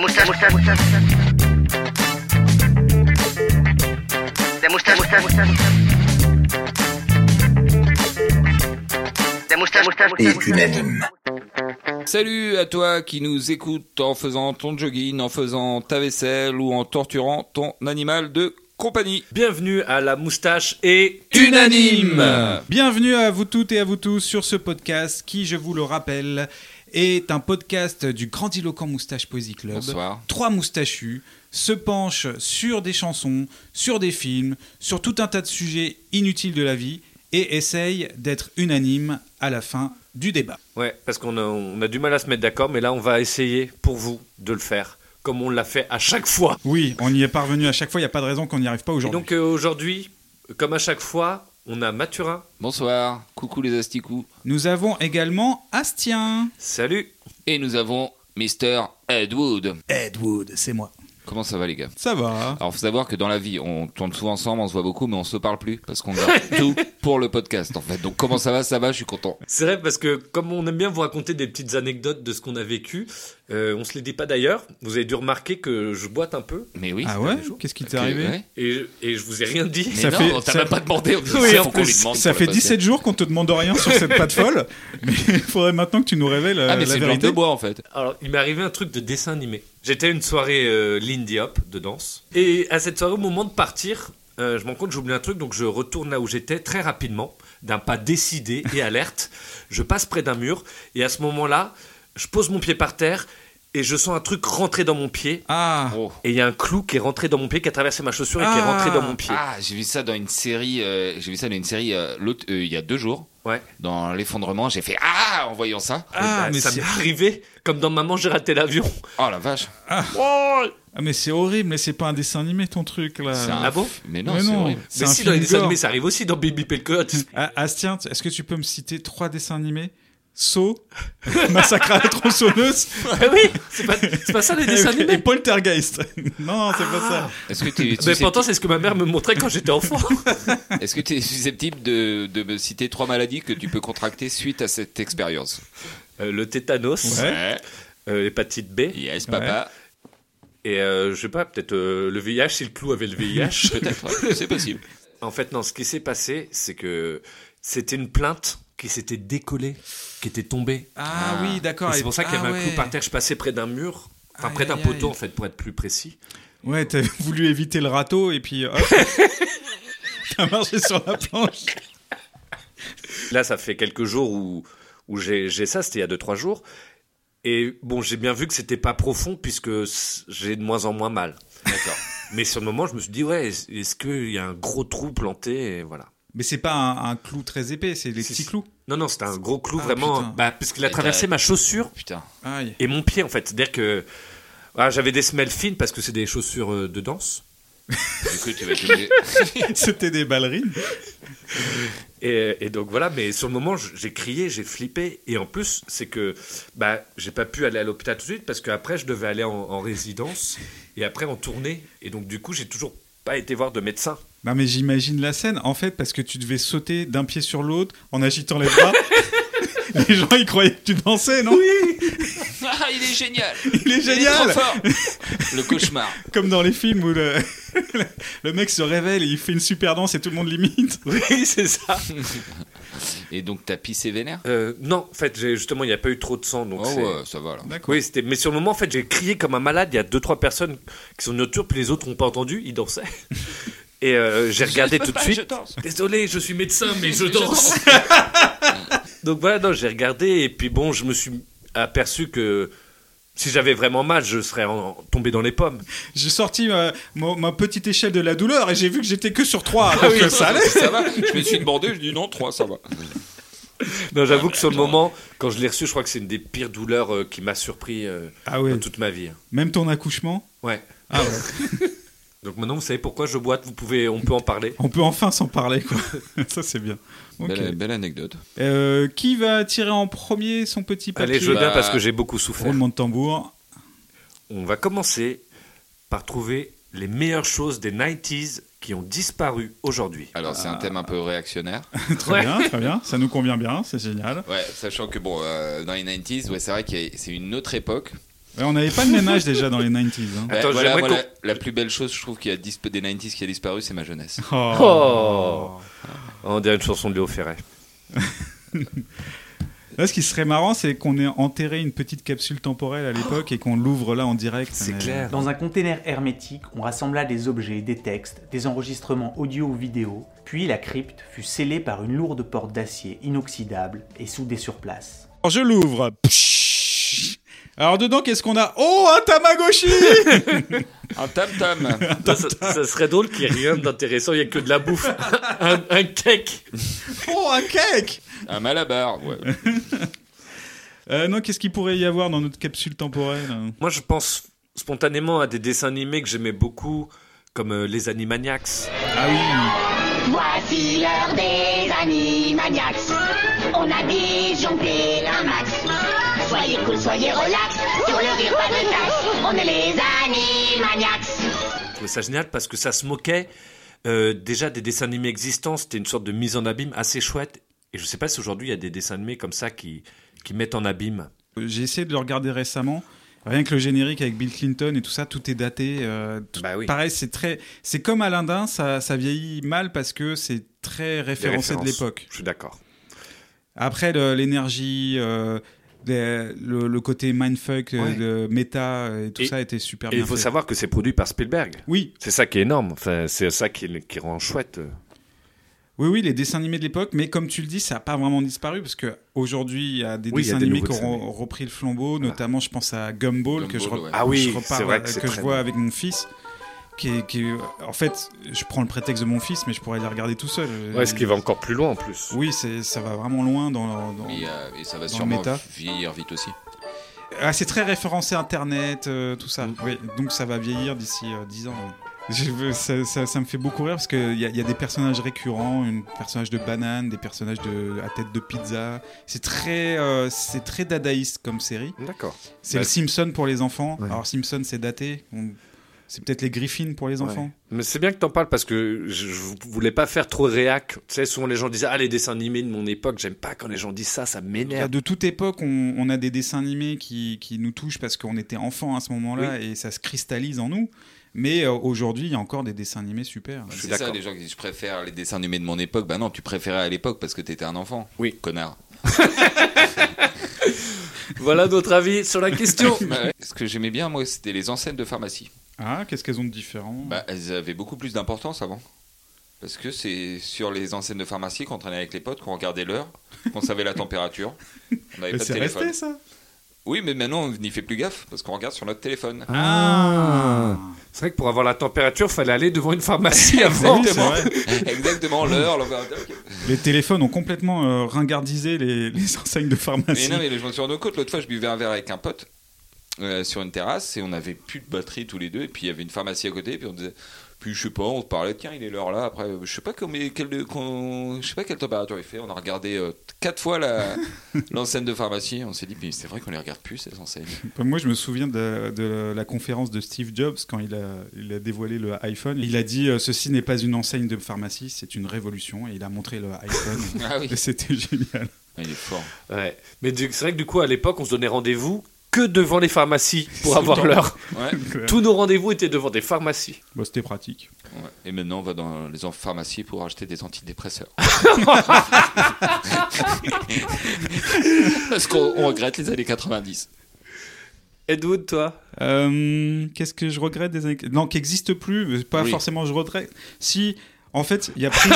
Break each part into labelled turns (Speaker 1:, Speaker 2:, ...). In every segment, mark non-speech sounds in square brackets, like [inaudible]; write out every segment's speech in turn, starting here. Speaker 1: moustache, moustache, moustache. La moustache, moustache, moustache. La moustache, moustache,
Speaker 2: et
Speaker 1: moustache.
Speaker 2: unanime.
Speaker 3: Salut à toi qui nous écoute en faisant ton jogging, en faisant ta vaisselle ou en torturant ton animal de compagnie.
Speaker 4: Bienvenue à la moustache et
Speaker 3: Unanime
Speaker 5: Bienvenue à vous toutes et à vous tous sur ce podcast qui, je vous le rappelle, est un podcast du grandiloquent Moustache Poésie Club.
Speaker 3: Bonsoir.
Speaker 5: Trois moustachus se penchent sur des chansons, sur des films, sur tout un tas de sujets inutiles de la vie et essayent d'être unanimes à la fin du débat.
Speaker 4: Ouais, parce qu'on a, on a du mal à se mettre d'accord, mais là on va essayer pour vous de le faire, comme on l'a fait à chaque fois.
Speaker 5: Oui, on y est parvenu à chaque fois, il n'y a pas de raison qu'on n'y arrive pas
Speaker 4: Et
Speaker 5: aujourd'hui.
Speaker 4: donc euh, aujourd'hui, comme à chaque fois, on a Mathurin.
Speaker 3: Bonsoir, coucou les asticous.
Speaker 5: Nous avons également Astien.
Speaker 4: Salut.
Speaker 3: Et nous avons Mr. Ed Wood.
Speaker 5: Ed Wood, c'est moi.
Speaker 3: Comment ça va les gars
Speaker 5: Ça va.
Speaker 3: alors, faut savoir que dans la vie, on tourne souvent ensemble, on se voit beaucoup, mais on se parle plus parce qu'on
Speaker 5: [laughs]
Speaker 3: garde tout pour le podcast, en fait. Donc, comment ça va Ça va, je suis content.
Speaker 4: C'est vrai parce que comme on aime bien vous raconter des petites anecdotes de ce qu'on a vécu, euh, on se les dit pas d'ailleurs. Vous avez dû remarquer que je boite un peu
Speaker 3: Mais oui.
Speaker 5: Ah
Speaker 3: c'est
Speaker 5: ouais
Speaker 3: un jour.
Speaker 5: Qu'est-ce qui t'est
Speaker 3: Que-
Speaker 5: arrivé
Speaker 3: ouais.
Speaker 4: et, je- et je vous ai rien [laughs] dit.
Speaker 3: Mais
Speaker 5: Ça
Speaker 3: non,
Speaker 5: fait-
Speaker 3: on t'a
Speaker 5: ça-
Speaker 3: même pas demandé.
Speaker 5: [laughs]
Speaker 3: On dit,
Speaker 4: Oui,
Speaker 3: ça,
Speaker 4: en
Speaker 3: faut qu'on lui
Speaker 4: plus,
Speaker 3: demande
Speaker 5: Ça
Speaker 3: pour
Speaker 5: fait
Speaker 3: le podcast.
Speaker 5: 17 jours qu'on te demande rien sur cette
Speaker 4: [laughs]
Speaker 5: patte folle, mais il faudrait maintenant que tu nous révèles euh,
Speaker 3: Ah, mais
Speaker 5: la
Speaker 3: c'est une langue
Speaker 5: vérité.
Speaker 3: de bois, en fait.
Speaker 4: Alors, il m'est arrivé un truc de dessin animé. J'étais à une soirée euh, Lindy Hop de danse. Et à cette soirée, au moment de partir, euh, je me rends compte que j'ai oublié un truc, donc je retourne là où j'étais très rapidement, d'un pas décidé et alerte. [laughs] je passe près d'un mur, et à ce moment-là, je pose mon pied par terre, et je sens un truc rentrer dans mon pied.
Speaker 5: Ah,
Speaker 3: Oh.
Speaker 4: Et il y a un clou qui est rentré dans mon pied, qui a traversé ma chaussure et qui est
Speaker 5: Ah.
Speaker 4: rentré dans mon pied.
Speaker 3: Ah, j'ai vu ça dans une série. euh, j'ai vu ça dans une série euh, l'autre- euh, il y a deux jours.
Speaker 4: Ouais.
Speaker 3: Dans l'effondrement, j'ai fait ah en voyant ça.
Speaker 5: ah,
Speaker 4: Et bah,
Speaker 5: mais
Speaker 4: ça
Speaker 5: c'est
Speaker 4: m'est arrivé, comme dans Maman, j'ai raté
Speaker 5: [laughs]
Speaker 4: l'avion.
Speaker 3: Oh la vache.
Speaker 5: ah, mais c'est horrible, mais c'est pas un dessin animé ton truc là.
Speaker 3: C'est un
Speaker 4: ah bon
Speaker 3: f- Mais non,
Speaker 5: Euh, Mais
Speaker 3: c'est
Speaker 5: non.
Speaker 3: horrible.
Speaker 5: C'est
Speaker 4: Mais
Speaker 5: un
Speaker 4: si, dans les
Speaker 5: film
Speaker 4: dessins
Speaker 5: gore.
Speaker 4: animés, ça arrive aussi dans Baby Pelka.
Speaker 5: Ah, Astien, t- est-ce que tu peux me citer trois dessins animés Saut, [laughs] Massacre à la tronçonneuse
Speaker 4: Ah oui, c'est pas, c'est pas ça les [laughs] dessins
Speaker 5: et, et
Speaker 4: animés.
Speaker 5: Poltergeist. [laughs] non, c'est pas
Speaker 4: Ah,
Speaker 5: ça.
Speaker 3: Est-ce que tu, tu
Speaker 4: Mais
Speaker 3: sais-
Speaker 4: pourtant, c'est ce que ma mère me montrait quand j'étais enfant.
Speaker 3: est-ce que tu es susceptible de, de me citer trois maladies que tu peux contracter suite à cette expérience
Speaker 4: [laughs] Euh, le tétanos,
Speaker 5: Ouais.
Speaker 4: euh, l'hépatite B,
Speaker 3: Eh, Yes, papa.
Speaker 4: et euh, je sais pas, peut-être euh, le VIH, si le clou avait le [laughs] VIH.
Speaker 3: Peut-être. ouais, c'est possible.
Speaker 4: en fait, non, ce qui s'est passé, c'est que c'était une plainte qui s'était décollée, qui était tombée.
Speaker 5: Ah,
Speaker 3: Ah.
Speaker 5: oui,
Speaker 4: Et
Speaker 5: d'accord.
Speaker 4: c'est pour ça qu'il y avait
Speaker 5: Ah,
Speaker 4: un
Speaker 5: ouais.
Speaker 4: coup par terre, je passais près d'un mur. Enfin,
Speaker 5: Aïe,
Speaker 4: près d'un
Speaker 5: aïe,
Speaker 4: poteau,
Speaker 5: aïe.
Speaker 4: en fait, pour être plus précis.
Speaker 5: Ouais, t'as [laughs] voulu éviter le râteau et
Speaker 4: [laughs]
Speaker 5: puis hop. T'as marché sur la planche.
Speaker 4: Là, ça fait quelques jours où, où j'ai j'ai ça, c'était il y a 2-3 jours. Et bon, j'ai bien vu que c'était pas profond, puisque c- j'ai de moins en moins mal.
Speaker 3: D'accord.
Speaker 4: Mais sur le moment, je me suis dit, ouais, est- est-ce qu'il y a un gros trou planté Et voilà.
Speaker 5: Mais c'est pas un, un clou très épais, c'est des
Speaker 4: Si,
Speaker 5: petits
Speaker 4: si.
Speaker 5: clous.
Speaker 4: Non, non, c'était un gros clou
Speaker 5: Ah,
Speaker 4: vraiment.
Speaker 5: putain.
Speaker 4: Bah, parce qu'il a
Speaker 3: Et
Speaker 4: traversé
Speaker 3: t'as-
Speaker 4: ma chaussure
Speaker 3: Putain.
Speaker 5: Aïe.
Speaker 4: et mon pied, en fait. C'est-à-dire que ah, j'avais des semelles fines parce que c'est des chaussures euh, de danse.
Speaker 3: Du coup, tu vas être obligé-
Speaker 5: [laughs] C'était des ballerines.
Speaker 4: Et, et donc voilà, mais sur le moment, j- j'ai crié, j'ai flippé. Et en plus, c'est que bah, j'ai pas pu aller à l'hôpital tout de suite parce qu'après, je devais aller en, en résidence et après en tournée. Et donc, du coup, j'ai toujours pas été voir de médecin. [laughs]
Speaker 5: Non mais j'imagine la scène en fait parce que tu devais sauter d'un pied sur l'autre en agitant les bras. [laughs] les gens ils croyaient que tu dansais non
Speaker 3: Ah, il est génial.
Speaker 5: Il est
Speaker 3: Il est
Speaker 5: génial
Speaker 3: trop fort. Le cauchemar.
Speaker 5: Comme dans les films où le... [laughs] le mec se révèle et il fait une super danse et tout le monde l'imite.
Speaker 4: Oui, c'est ça.
Speaker 3: Et donc, t'as pissé vénère
Speaker 4: Euh, non, en fait, j'ai- justement, il n'y a pas eu trop de sang. Donc
Speaker 3: Oh
Speaker 4: c'est-
Speaker 3: ouais, ça va là.
Speaker 5: D'accord.
Speaker 4: Oui, c'était. Mais sur le moment, en fait, j'ai crié comme un malade. Il y a deux, trois personnes qui sont autour, puis les autres n'ont pas entendu. Ils [laughs] dansaient. Et euh, j'ai regardé tout de suite. Désolé, je suis médecin, mais je danse. [laughs] Donc voilà, non, j'ai regardé et puis bon, je me suis aperçu que si j'avais vraiment mal, je serais en- tombé dans les pommes.
Speaker 5: J'ai sorti ma... mon- ma petite échelle de la douleur et j'ai vu que j'étais que sur 3 donc euh, ça allait.
Speaker 3: [laughs] Ça va. Je me suis demandé, je dis non, 3, ça va.
Speaker 4: Non, j'avoue que sur le moment, quand je l'ai reçu, je crois que c'est une des pires douleurs euh, qui m'a surpris euh,
Speaker 5: Ah ouais.
Speaker 4: dans toute ma vie. hein.
Speaker 5: Même ton accouchement.
Speaker 4: Ouais.
Speaker 5: Ah ouais.
Speaker 4: Donc maintenant, vous savez pourquoi je boite. Vous pouvez, on peut en parler.
Speaker 5: On peut enfin s'en parler [laughs] quoi. ça c'est bien. Ok.
Speaker 3: Belle, belle anecdote.
Speaker 5: Euh, qui va tirer en premier son petit papier
Speaker 4: Allez, je veux bien
Speaker 3: Bah.
Speaker 4: parce que j'ai beaucoup souffert.
Speaker 5: Roulement
Speaker 4: [laughs]
Speaker 5: de tambour.
Speaker 4: On va commencer par trouver les meilleures choses des 90s qui ont disparu aujourd'hui.
Speaker 3: Alors, c'est un thème un peu réactionnaire.
Speaker 5: Très
Speaker 4: Ouais.
Speaker 5: bien, très bien. Ça nous convient bien, c'est génial.
Speaker 3: Ouais, sachant que bon, euh, dans les 90s, ouais, c'est vrai que c'est une autre époque.
Speaker 5: Ouais, On n'avait pas le même âge déjà dans les 90s. hein.
Speaker 4: Attends,
Speaker 3: Ouais, voilà,
Speaker 4: j'aimerais
Speaker 3: voilà, la plus belle chose, je trouve, qu'il y a disp- des 90s qui a disparu, c'est ma jeunesse.
Speaker 4: [laughs] Oh. On dirait une chanson de Léo Ferré.
Speaker 5: Là, ce qui serait marrant, c'est qu'on ait enterré une petite capsule temporelle à l'époque et qu'on l'ouvre là en direct. Mais-
Speaker 2: Dans un container hermétique, on rassembla des objets, des textes, des enregistrements audio ou vidéo, puis la crypte fut scellée par une lourde porte d'acier inoxydable et soudée sur place.
Speaker 5: Alors, je l'ouvre. Pshhh. Alors, dedans, qu'est-ce qu'on a Oh, un Tamagotchi
Speaker 3: [laughs] Un tam-tam
Speaker 4: Ça, ça- ça serait drôle qu'il n'y ait rien d'intéressant, il n'y a que de la bouffe. un, un cake.
Speaker 5: Oh, un cake
Speaker 3: Un malabar, ouais.
Speaker 5: Euh, Non, qu'est-ce qu'il pourrait y avoir dans notre capsule temporelle hein
Speaker 4: Moi, je pense spontanément à des dessins animés que j'aimais beaucoup, comme euh, Les Animaniacs.
Speaker 5: Ah oui
Speaker 6: Voici l'heure des animaniacs. On a disjoncté la max. Soyez cool, soyez relax. Sur le rire, pas de taxe. On est les animaniacs.
Speaker 4: Je trouvais ça génial parce que ça se moquait euh, déjà des dessins animés existants. C'était une sorte de mise en abîme assez chouette. Et je sais pas si aujourd'hui il y a des dessins animés comme ça qui, qui mettent en abîme.
Speaker 5: J'ai essayé de le regarder récemment. Rien que le générique avec Bill Clinton et tout ça, tout est daté. euh, tout-
Speaker 4: Bah oui.
Speaker 5: Pareil, c'est très, c'est comme Aladdin, ça, ça vieillit mal parce que c'est très référencé de
Speaker 4: références.
Speaker 5: l'époque.
Speaker 4: Je suis d'accord.
Speaker 5: Après, le- l'énergie, euh, les- le, le côté mindfuck, euh,
Speaker 4: Ouais.
Speaker 5: le méta euh, et tout
Speaker 4: Et-
Speaker 5: ça était super
Speaker 4: Et
Speaker 5: bien
Speaker 4: il faut
Speaker 5: fait.
Speaker 4: savoir que c'est produit par Spielberg.
Speaker 5: Oui,
Speaker 4: C'est ça qui est énorme. Enfin, c'est ça qui, qui rend chouette.
Speaker 5: oui, oui, les dessins animés de l'époque, mais comme tu le dis, ça n'a pas vraiment disparu parce que aujourd'hui, il y a des
Speaker 4: Oui, il y a
Speaker 5: dessins
Speaker 4: des
Speaker 5: animés
Speaker 4: nouveaux
Speaker 5: qui
Speaker 4: dessins
Speaker 5: ont
Speaker 4: animés.
Speaker 5: repris le flambeau, notamment je pense à Gumball, que je,
Speaker 3: Gumball,
Speaker 5: re-
Speaker 3: ouais.
Speaker 4: Ah oui,
Speaker 5: je repars-
Speaker 4: c'est vrai que c'est
Speaker 5: que je
Speaker 4: très
Speaker 5: vois
Speaker 4: bon.
Speaker 5: avec mon fils. Qui est- qui est- en fait, je prends le prétexte de mon fils, mais je pourrais les regarder tout seul.
Speaker 4: Ouais, ce qui va encore plus loin en plus.
Speaker 5: Oui, c'est- ça va vraiment loin dans. dans-
Speaker 3: Et, euh, et ça va
Speaker 5: Dans le
Speaker 3: sûrement
Speaker 5: méta.
Speaker 3: vieillir vite aussi.
Speaker 5: Ah, c'est très référencé Internet, euh, tout
Speaker 4: Mm.
Speaker 5: ça. Oui, donc ça va vieillir d'ici euh, 10 ans. Je veux- ça, ça- ça me fait beaucoup rire parce qu'il y, a- il y a des personnages récurrents, un personnage de banane, des personnages de, à tête de pizza. C'est très, euh, c'est très dadaïste comme série.
Speaker 4: D'accord.
Speaker 5: C'est
Speaker 4: Bah,
Speaker 5: le Simpson pour les enfants.
Speaker 4: Ouais.
Speaker 5: Alors Simpson, c'est daté. On- C'est peut-être les Griffins pour les enfants.
Speaker 4: Mais c'est bien que t'en parles parce que je, je voulais pas faire trop réac. Tu sais, souvent les gens disaient Ah, les dessins animés de mon époque, j'aime pas quand les gens disent ça, ça
Speaker 5: Il y a
Speaker 4: m'énerve.
Speaker 5: De toute époque, on, on a des dessins animés qui, qui nous touchent parce qu'on était enfant à ce moment-là et ça se cristallise en nous. Mais euh, aujourd'hui, il y a encore des dessins animés super.
Speaker 4: Je suis
Speaker 3: C'est ça,
Speaker 4: d'accord.
Speaker 3: les gens qui disent je préfère les dessins animés de mon époque. Bah non, tu préférais à l'époque parce que t'étais un enfant.
Speaker 4: Oui.
Speaker 3: Connard.
Speaker 4: Voilà notre avis sur la
Speaker 5: [laughs]
Speaker 4: question.
Speaker 3: Bah [laughs] ouais. Ce que j'aimais bien, moi, c'était les enseignes de pharmacie.
Speaker 5: Ah, qu'est-ce qu'elles ont de différent
Speaker 3: Bah, elles avaient beaucoup plus d'importance avant. Parce que c'est sur les enseignes de pharmacie qu'on traînait avec les potes, qu'on regardait l'heure, qu'on savait
Speaker 5: [laughs]
Speaker 3: la température. On n'avait
Speaker 5: Mais
Speaker 3: pas de
Speaker 5: c'est
Speaker 3: téléphone.
Speaker 5: resté ça
Speaker 3: Oui, mais maintenant, on n'y fait plus gaffe parce qu'on regarde sur notre téléphone.
Speaker 5: Ah
Speaker 4: C'est vrai que pour avoir la température, fallait aller devant une
Speaker 5: [laughs]
Speaker 4: pharmacie avant.
Speaker 5: c'est vrai.
Speaker 3: Exactement, l'heure, l'heure.
Speaker 5: Les téléphones ont complètement euh, ringardisé les, [laughs] les enseignes de
Speaker 3: Mais [laughs]
Speaker 5: pharmacie.
Speaker 3: non, mais je me souviens nos côtes. L'autre fois, je buvais un verre avec un pote euh, sur une terrasse et on avait plus de batterie tous les deux. Et puis il y avait une pharmacie à côté. Et puis on disait, puis je sais pas, on se parlait. Tiens, il est l'heure là. Après, je sais pas combien- quelle, qu'on- je sais pas quelle température il fait. On a regardé euh, quatre fois [laughs] la- l'enseigne de pharmacie. On s'est dit, mais c'est vrai qu'on les regarde plus ces enseignes.
Speaker 5: Moi, je me souviens de, de la conférence de Steve Jobs quand il a, il a dévoilé le iPhone. Il a dit euh, Ceci n'est pas une enseigne de pharmacie, c'est une révolution. Et il a montré le iPhone.
Speaker 3: [laughs] Ah oui,
Speaker 5: Et C'était génial.
Speaker 3: [laughs] Ah, il est fort.
Speaker 4: Ouais. Mais du- c'est vrai que du coup, à l'époque, on se donnait rendez-vous que devant les pharmacies pour avoir l'heure.
Speaker 3: Ouais.
Speaker 4: Tous nos rendez-vous étaient devant des pharmacies.
Speaker 5: Bon, Bah, C'était pratique.
Speaker 3: Ouais. Et maintenant, on va dans les en- pharmacies pour acheter des [laughs] antidépresseurs. Parce qu'on on regrette les années 90.
Speaker 4: Edwood, toi
Speaker 5: Euh, Qu'est-ce que je regrette des années... Non, qui n'existe plus, mais pas
Speaker 4: Oui.
Speaker 5: forcément je regrette. Si, en fait, il y a plus...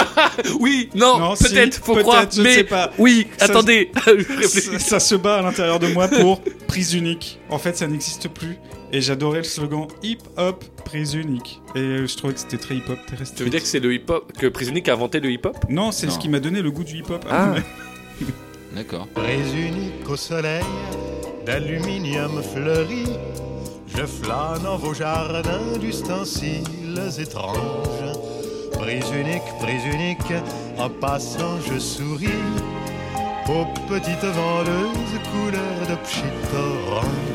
Speaker 4: Oui, [laughs] non,
Speaker 5: Non, si,
Speaker 4: peut-être, faut
Speaker 5: peut-être,
Speaker 4: croire,
Speaker 5: je ne
Speaker 4: mais
Speaker 5: sais pas.
Speaker 4: oui,
Speaker 5: Ça- [laughs]
Speaker 4: attendez, je [laughs] réfléchis.
Speaker 5: ça, ça se bat à l'intérieur de moi pour [laughs] prise unique. En fait, ça n'existe plus. Et j'adorais le slogan hip-hop, prise unique. Et je trouvais que c'était très hip-hop,
Speaker 4: Tu veux
Speaker 5: très
Speaker 4: dire que
Speaker 5: restrict.
Speaker 4: c'est le hip-hop, que Prisonnier qui a inventé le hip-hop
Speaker 5: Non, c'est
Speaker 3: Non.
Speaker 5: ce qui m'a donné le goût du hip-hop.
Speaker 4: Ah.
Speaker 3: D'accord.
Speaker 7: Réunis au soleil d'aluminium fleuri, je flâne en vos jardins d'ustensiles étranges. Prise unique, prise unique, en passant je souris aux petites vendeuses couleur de pchit orange.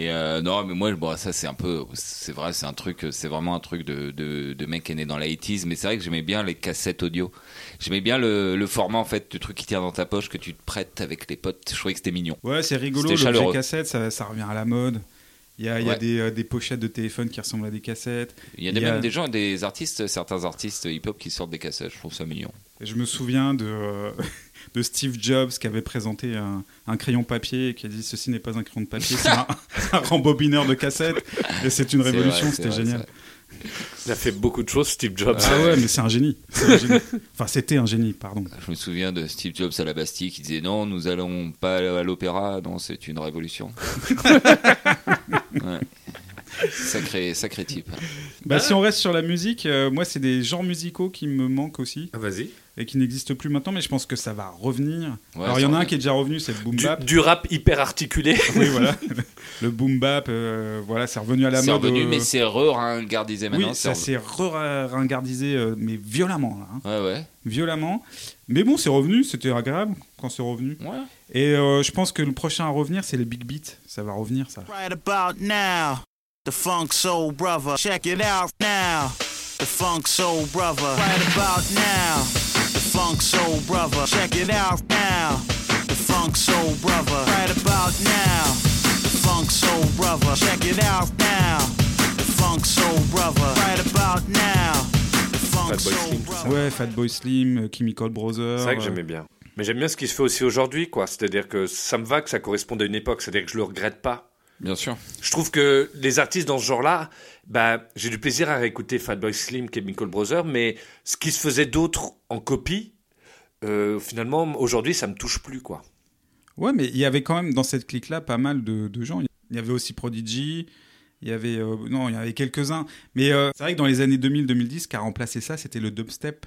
Speaker 3: Et euh, non, mais moi, bon, ça c'est un peu, c'est vrai, c'est un truc, c'est vraiment un truc de, de, de mec qui est né dans la 80s, mais c'est vrai que j'aimais bien les cassettes audio. J'aimais bien le, le format en fait, du truc qui tient dans ta poche que tu te prêtes avec les potes. Je trouvais que c'était mignon.
Speaker 5: [laughs] Ouais, c'est rigolo,
Speaker 3: C'était
Speaker 5: l'objet
Speaker 3: chaleureux.
Speaker 5: cassette, ça, ça revient à la mode. Il y a, il y a
Speaker 3: Ouais.
Speaker 5: des, euh, des pochettes de téléphone qui ressemblent à des cassettes.
Speaker 3: Il y a, des- même des gens, des artistes, certains artistes hip-hop qui sortent des cassettes. Je trouve ça mignon.
Speaker 5: Je me souviens de, euh, [laughs] de Steve Jobs qui avait présenté un, un crayon papier et qui a dit Ceci n'est pas un crayon de papier,
Speaker 3: [laughs]
Speaker 5: c'est un, un rembobineur de cassette. Et c'est une
Speaker 3: C'est
Speaker 5: révolution,
Speaker 3: vrai, c'est
Speaker 5: c'était
Speaker 3: vrai,
Speaker 5: génial.
Speaker 4: Il a fait beaucoup de choses, Steve Jobs.
Speaker 5: Ah ouais, mais c'est un génie. C'est un
Speaker 3: [laughs]
Speaker 5: génie. Enfin, c'était un génie, pardon.
Speaker 3: c'est vrai. Je me souviens de Steve Jobs à la Bastille qui disait non, nous allons pas à l'opéra, non, c'est une
Speaker 5: [laughs]
Speaker 3: révolution. Ouais. Sacré, sacré type.
Speaker 5: Bah, Si on reste sur la musique, euh, moi, c'est des genres musicaux qui me manquent aussi
Speaker 4: Ah, vas-y.
Speaker 5: et qui n'existent plus maintenant, mais je pense que ça va revenir.
Speaker 3: Ouais,
Speaker 5: Alors, il y en a
Speaker 3: ça
Speaker 5: un
Speaker 3: revient.
Speaker 5: qui est déjà revenu, c'est le boom
Speaker 3: [laughs]
Speaker 4: Du,
Speaker 5: bap.
Speaker 4: du rap hyper [laughs] articulé.
Speaker 5: Oui, voilà. [laughs] Le boom bap, euh, voilà, c'est revenu à la
Speaker 3: C'est
Speaker 5: mode.
Speaker 3: revenu,
Speaker 5: euh,
Speaker 3: mais c'est hein, re-ringardisé maintenant.
Speaker 5: oui,
Speaker 3: c'est
Speaker 5: ça s'est re-ringardisé, euh, mais violemment, là, hein.
Speaker 3: re- Ouais,
Speaker 5: violemment. Mais bon, c'est revenu, c'était agréable quand c'est revenu.
Speaker 3: ouais. ouais.
Speaker 5: Et euh, je pense que le prochain à revenir, c'est les big beats. Ça va revenir, ça.
Speaker 8: Right about now, the Funk Soul Brother. Check it out now, the Funk Soul Brother. Right about now, the Funk Soul Brother. Check it out now, the Funk Soul Brother. Right about now, the Funk Soul Brother. Check it out now, the Funk Soul Brother. Right about now, the Funk
Speaker 4: Fat Boy
Speaker 8: Soul
Speaker 4: Slim, tout ça.
Speaker 8: Brother.
Speaker 5: Ouais, Fatboy Slim, euh, Chemical Brothers.
Speaker 4: C'est vrai que
Speaker 5: euh,
Speaker 4: j'aimais bien. Mais j'aime bien ce qui se fait aussi aujourd'hui, quoi. C'est-à-dire que ça me va que ça corresponde à une époque. C'est-à-dire que je le regrette pas.
Speaker 3: Bien sûr.
Speaker 4: Je trouve que les artistes dans ce genre-là, bah, j'ai du plaisir à réécouter Fatboy Slim, Chemical Brothers, mais ce qui se faisait d'autre en copie, euh, finalement, aujourd'hui, ça me touche plus, quoi.
Speaker 5: Ouais, mais il y avait quand même dans cette clique-là pas mal de, de gens. Il y avait aussi Prodigy. Il y avait euh, non, il y en avait quelques-uns, mais euh, c'est vrai que dans les années 2000-2010, ce qui a remplacé ça, c'était le dubstep.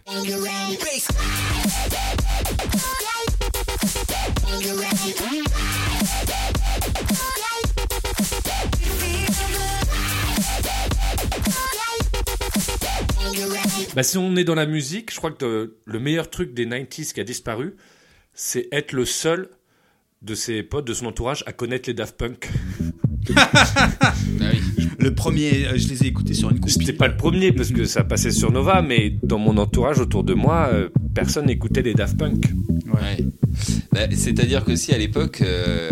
Speaker 4: Bah, si on est dans la musique, je crois que euh, le meilleur truc des 90s qui a disparu, c'est être le seul de ses potes, de son entourage, à connaître les Daft Punk.
Speaker 3: Ah oui.
Speaker 5: Le premier, euh, je les ai écoutés sur une
Speaker 4: J'étais pas le premier parce que ça passait sur Nova, mais dans mon entourage autour de moi, euh, personne n'écoutait les Daft Punk.
Speaker 3: Ouais. Bah, C'est-à-dire que si à l'époque, euh,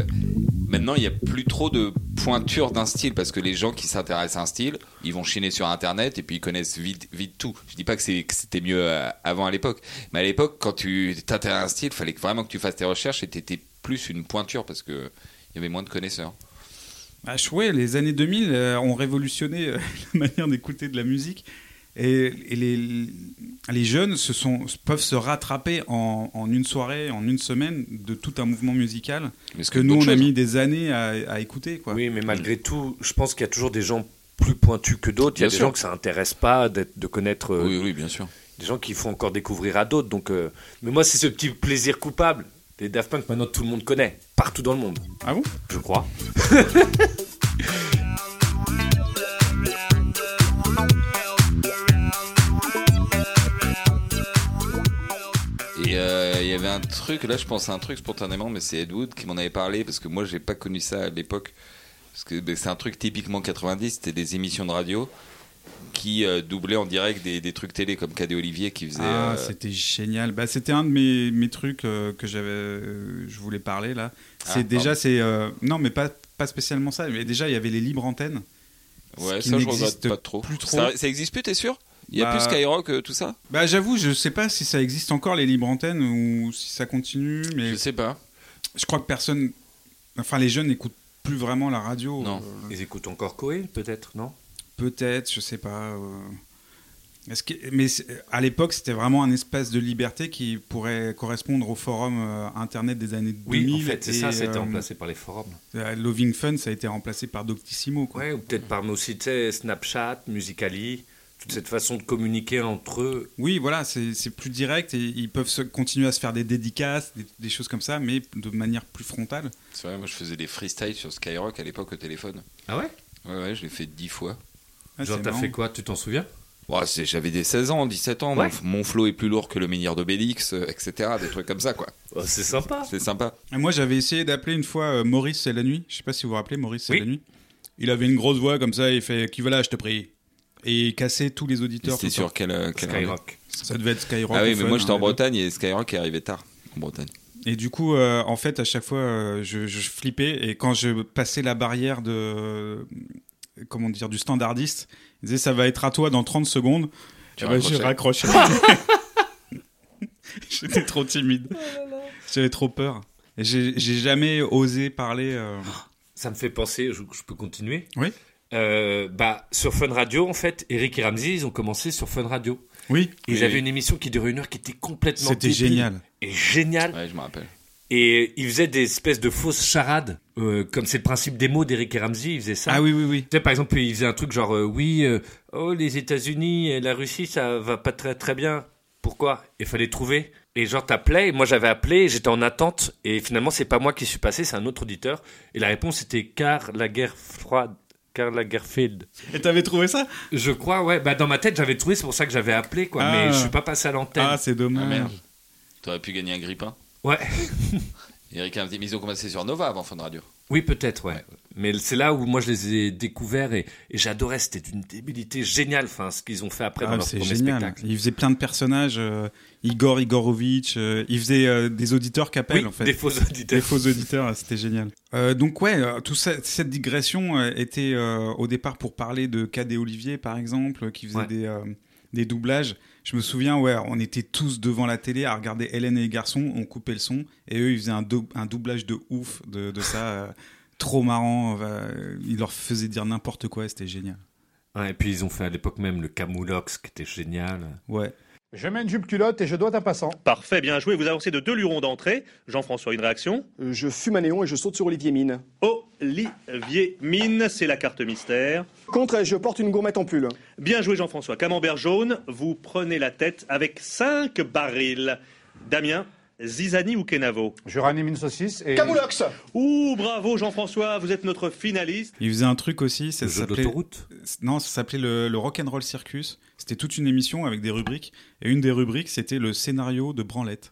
Speaker 3: maintenant il n'y a plus trop de pointure d'un style parce que les gens qui s'intéressent à un style, ils vont chiner sur internet et puis ils connaissent vite, vite tout. Je dis pas que c'est- que c'était mieux euh, avant à l'époque, mais à l'époque, quand tu t'intéressais à un style, fallait que- vraiment que tu fasses tes recherches et t'étais plus une pointure parce que il y avait moins de connaisseurs.
Speaker 5: Ah ouais, les années 2000 euh, ont révolutionné euh, [laughs] la manière d'écouter de la musique. Et, et les, les jeunes se sont, peuvent se rattraper en, en une soirée, en une semaine, de tout un mouvement musical
Speaker 3: Parce
Speaker 5: que nous, on a mis des années à, à écouter. Quoi.
Speaker 4: Oui, mais malgré tout, je pense qu'il y a toujours des gens plus pointus que d'autres. Il y a
Speaker 3: Bien
Speaker 4: des
Speaker 3: sûr.
Speaker 4: gens que ça intéresse pas d'être- de connaître, euh,
Speaker 3: Oui, oui, bien sûr.
Speaker 4: des gens qu'il faut encore découvrir à d'autres. Donc, euh, mais moi, c'est ce petit plaisir coupable. Les Daft Punk, maintenant, tout le monde connaît, partout dans le monde,
Speaker 5: Ah bon
Speaker 4: je crois.
Speaker 3: Et euh, il y avait un truc, là je pense à un truc spontanément, mais c'est Ed Wood qui m'en avait parlé, parce que moi j'ai pas connu ça à l'époque. Parce que ben, c'est un truc typiquement 90, c'était des émissions de radio qui euh, doublaient en direct des, des trucs télé comme Cadet Olivier qui faisait.
Speaker 5: Ah,
Speaker 3: euh,
Speaker 5: c'était génial. Bah, c'était un de mes, mes trucs euh, que j'avais, euh, je voulais parler là. C'est
Speaker 3: Ah,
Speaker 5: déjà,
Speaker 3: pardon.
Speaker 5: c'est euh, non, mais pas, pas spécialement ça. Mais déjà, il y avait les libres antennes.
Speaker 3: ouais,
Speaker 5: ce qui
Speaker 3: ça je
Speaker 5: n'existe
Speaker 3: regrette pas trop.
Speaker 5: plus trop.
Speaker 3: Ça, ça existe plus, t'es sûr Il y a
Speaker 5: Bah,
Speaker 3: plus Skyrock, euh, tout ça
Speaker 5: Bah, j'avoue, je sais pas si ça existe encore les libres antennes ou si ça continue, mais
Speaker 3: Je sais pas.
Speaker 5: je crois que personne, enfin les jeunes n'écoutent plus vraiment la radio.
Speaker 3: Non.
Speaker 5: Euh,
Speaker 4: Ils écoutent encore Coé, peut-être, non
Speaker 5: Peut-être, je sais pas. euh. Est-ce que, mais c'est- à l'époque, c'était vraiment un espace de liberté qui pourrait correspondre au forum euh, internet des années 2000. et, euh,
Speaker 4: par les forums.
Speaker 5: euh, Loving Fun, ça a été remplacé par Doctissimo. Quoi.
Speaker 4: Ouais, ou peut-être par mais aussi, tu sais, Snapchat, Musicali, toute cette façon de communiquer entre eux.
Speaker 5: Oui, voilà, c'est c'est plus direct et ils peuvent se- continuer à se faire des dédicaces, des, des choses comme ça, mais de manière plus frontale.
Speaker 3: C'est vrai, moi je faisais des freestyles sur Skyrock à l'époque au téléphone.
Speaker 4: Ah ouais
Speaker 3: Ouais, ouais, je l'ai fait dix fois.
Speaker 5: Ah,
Speaker 4: Genre,
Speaker 5: c'est
Speaker 4: t'as
Speaker 5: marrant.
Speaker 4: fait quoi Tu t'en souviens
Speaker 3: Ouais, c'est- J'avais des 16 ans, 17 ans,
Speaker 4: Ouais.
Speaker 3: mon, mon flow est plus lourd que le menhir d'Obélix, euh, etc. Des trucs comme ça, quoi.
Speaker 4: Oh, C'est sympa.
Speaker 3: C'est sympa.
Speaker 5: Et Moi, j'avais essayé d'appeler une fois euh, Maurice et la nuit. Je sais pas si vous vous rappelez Maurice et
Speaker 4: Oui.
Speaker 5: la nuit. Il avait une grosse voix comme ça, il fait Qui va là, je te prie Et il cassait tous les auditeurs.
Speaker 3: C'était
Speaker 5: tout le
Speaker 3: sur quelle. euh, quelle radio
Speaker 4: Skyrock.
Speaker 5: temps. Ça devait être Skyrock.
Speaker 3: Ah oui,
Speaker 5: ou
Speaker 3: mais
Speaker 5: Fun,
Speaker 3: moi j'étais
Speaker 5: hein,
Speaker 3: en
Speaker 5: les deux.
Speaker 3: Bretagne et Skyrock est arrivé tard en Bretagne.
Speaker 5: Et du coup, euh, en fait, à chaque fois, euh, je, je flippais. Et quand je passais la barrière de. comment dire Du standardiste, il disait Ça va être à toi dans 30 secondes.
Speaker 3: Tu
Speaker 5: Eh ben, J'ai raccroché. [laughs] J'étais trop timide. J'avais trop peur. Et J'ai j'ai jamais osé parler. euh,
Speaker 4: Ça me fait penser, je, je peux continuer
Speaker 5: Oui.
Speaker 4: Euh, bah, sur Fun Radio, en fait, Eric et Ramsey, ils ont commencé sur Fun Radio.
Speaker 5: Oui,
Speaker 4: Ils
Speaker 3: Oui,
Speaker 4: avaient
Speaker 3: oui.
Speaker 4: une émission qui durait une heure qui était complètement
Speaker 5: c'était
Speaker 4: débile
Speaker 5: génial.
Speaker 4: Et géniale.
Speaker 3: Ouais, je me rappelle.
Speaker 4: Et ils faisaient des espèces de fausses charades, euh, comme c'est le principe des mots d'Eric et Ramsey, ils faisaient ça.
Speaker 5: Ah oui, oui, oui.
Speaker 4: Tu sais, par exemple, il faisait un truc genre euh, oui, euh, oh les États-Unis et la Russie, ça va pas très très bien. Pourquoi Il fallait trouver. Et genre t'appelais, et moi j'avais appelé, j'étais en attente, et finalement c'est pas moi qui suis passé, c'est un autre auditeur. Et la réponse était car la guerre froide, car la guerre field.
Speaker 5: Et t'avais trouvé ça
Speaker 4: Je crois, ouais, bah dans ma tête j'avais trouvé, c'est pour ça que j'avais appelé, quoi,
Speaker 5: Ah.
Speaker 4: mais je suis pas passé à l'antenne.
Speaker 5: Ah, c'est dommage.
Speaker 3: Ah, merde. T'aurais pu gagner un grippin.
Speaker 4: ouais,
Speaker 3: [laughs] Eric a dit, mais ils ont commencé sur Nova avant Fun Radio.
Speaker 4: oui peut-être, ouais. Mais c'est là où moi je les ai découverts et, et j'adorais, c'était d'une débilité géniale, enfin ce qu'ils ont fait après
Speaker 5: Ah,
Speaker 4: dans leur
Speaker 5: c'est
Speaker 4: premier
Speaker 5: génial.
Speaker 4: spectacle.
Speaker 5: Il faisait plein de personnages. euh, Igor Igorovitch. euh, il faisait euh, des auditeurs qu'appelle
Speaker 4: Oui,
Speaker 5: en fait.
Speaker 4: des faux auditeurs.
Speaker 5: Des faux auditeurs, ah, c'était génial. Euh, donc ouais, euh, tout ça, cette digression euh, était euh, au départ pour parler de Cadet Olivier par exemple, euh, qui faisait
Speaker 4: Ouais.
Speaker 5: des, euh, des doublages. Je me souviens, ouais, on était tous devant la télé à regarder Hélène et les garçons, on coupait le son et eux ils faisaient un, dou- un doublage de ouf de, de ça, euh, [laughs] trop marrant. euh, ils leur faisaient dire n'importe quoi, c'était génial.
Speaker 4: Ouais, Ah, et puis ils ont fait à l'époque même le Camoulox qui était génial.
Speaker 5: Ouais.
Speaker 9: Je mets une jupe culotte et je dois un passant.
Speaker 10: Parfait, bien joué. Vous avancez de deux lurons d'entrée. Jean-François, une réaction
Speaker 11: Euh, Je fume un néon et je saute sur Olivier Mine.
Speaker 10: Olivier Mine, c'est la carte mystère.
Speaker 11: Contre, je porte une gourmette en pull.
Speaker 10: Bien joué, Jean-François. Camembert jaune, vous prenez la tête avec cinq barils. Damien, Zizani ou Kenavo
Speaker 9: Je ranime une saucisse et...
Speaker 11: Camoulox
Speaker 10: Ouh, bravo, Jean-François. Vous êtes notre finaliste.
Speaker 5: Ils faisaient un truc aussi, ça
Speaker 4: Le jeu
Speaker 5: s'appelait
Speaker 4: d'autoroute
Speaker 5: Non, ça s'appelait le, le Rock'n'Roll Circus. C'était toute une émission avec des rubriques. Et une des rubriques, c'était le scénario de Branlette.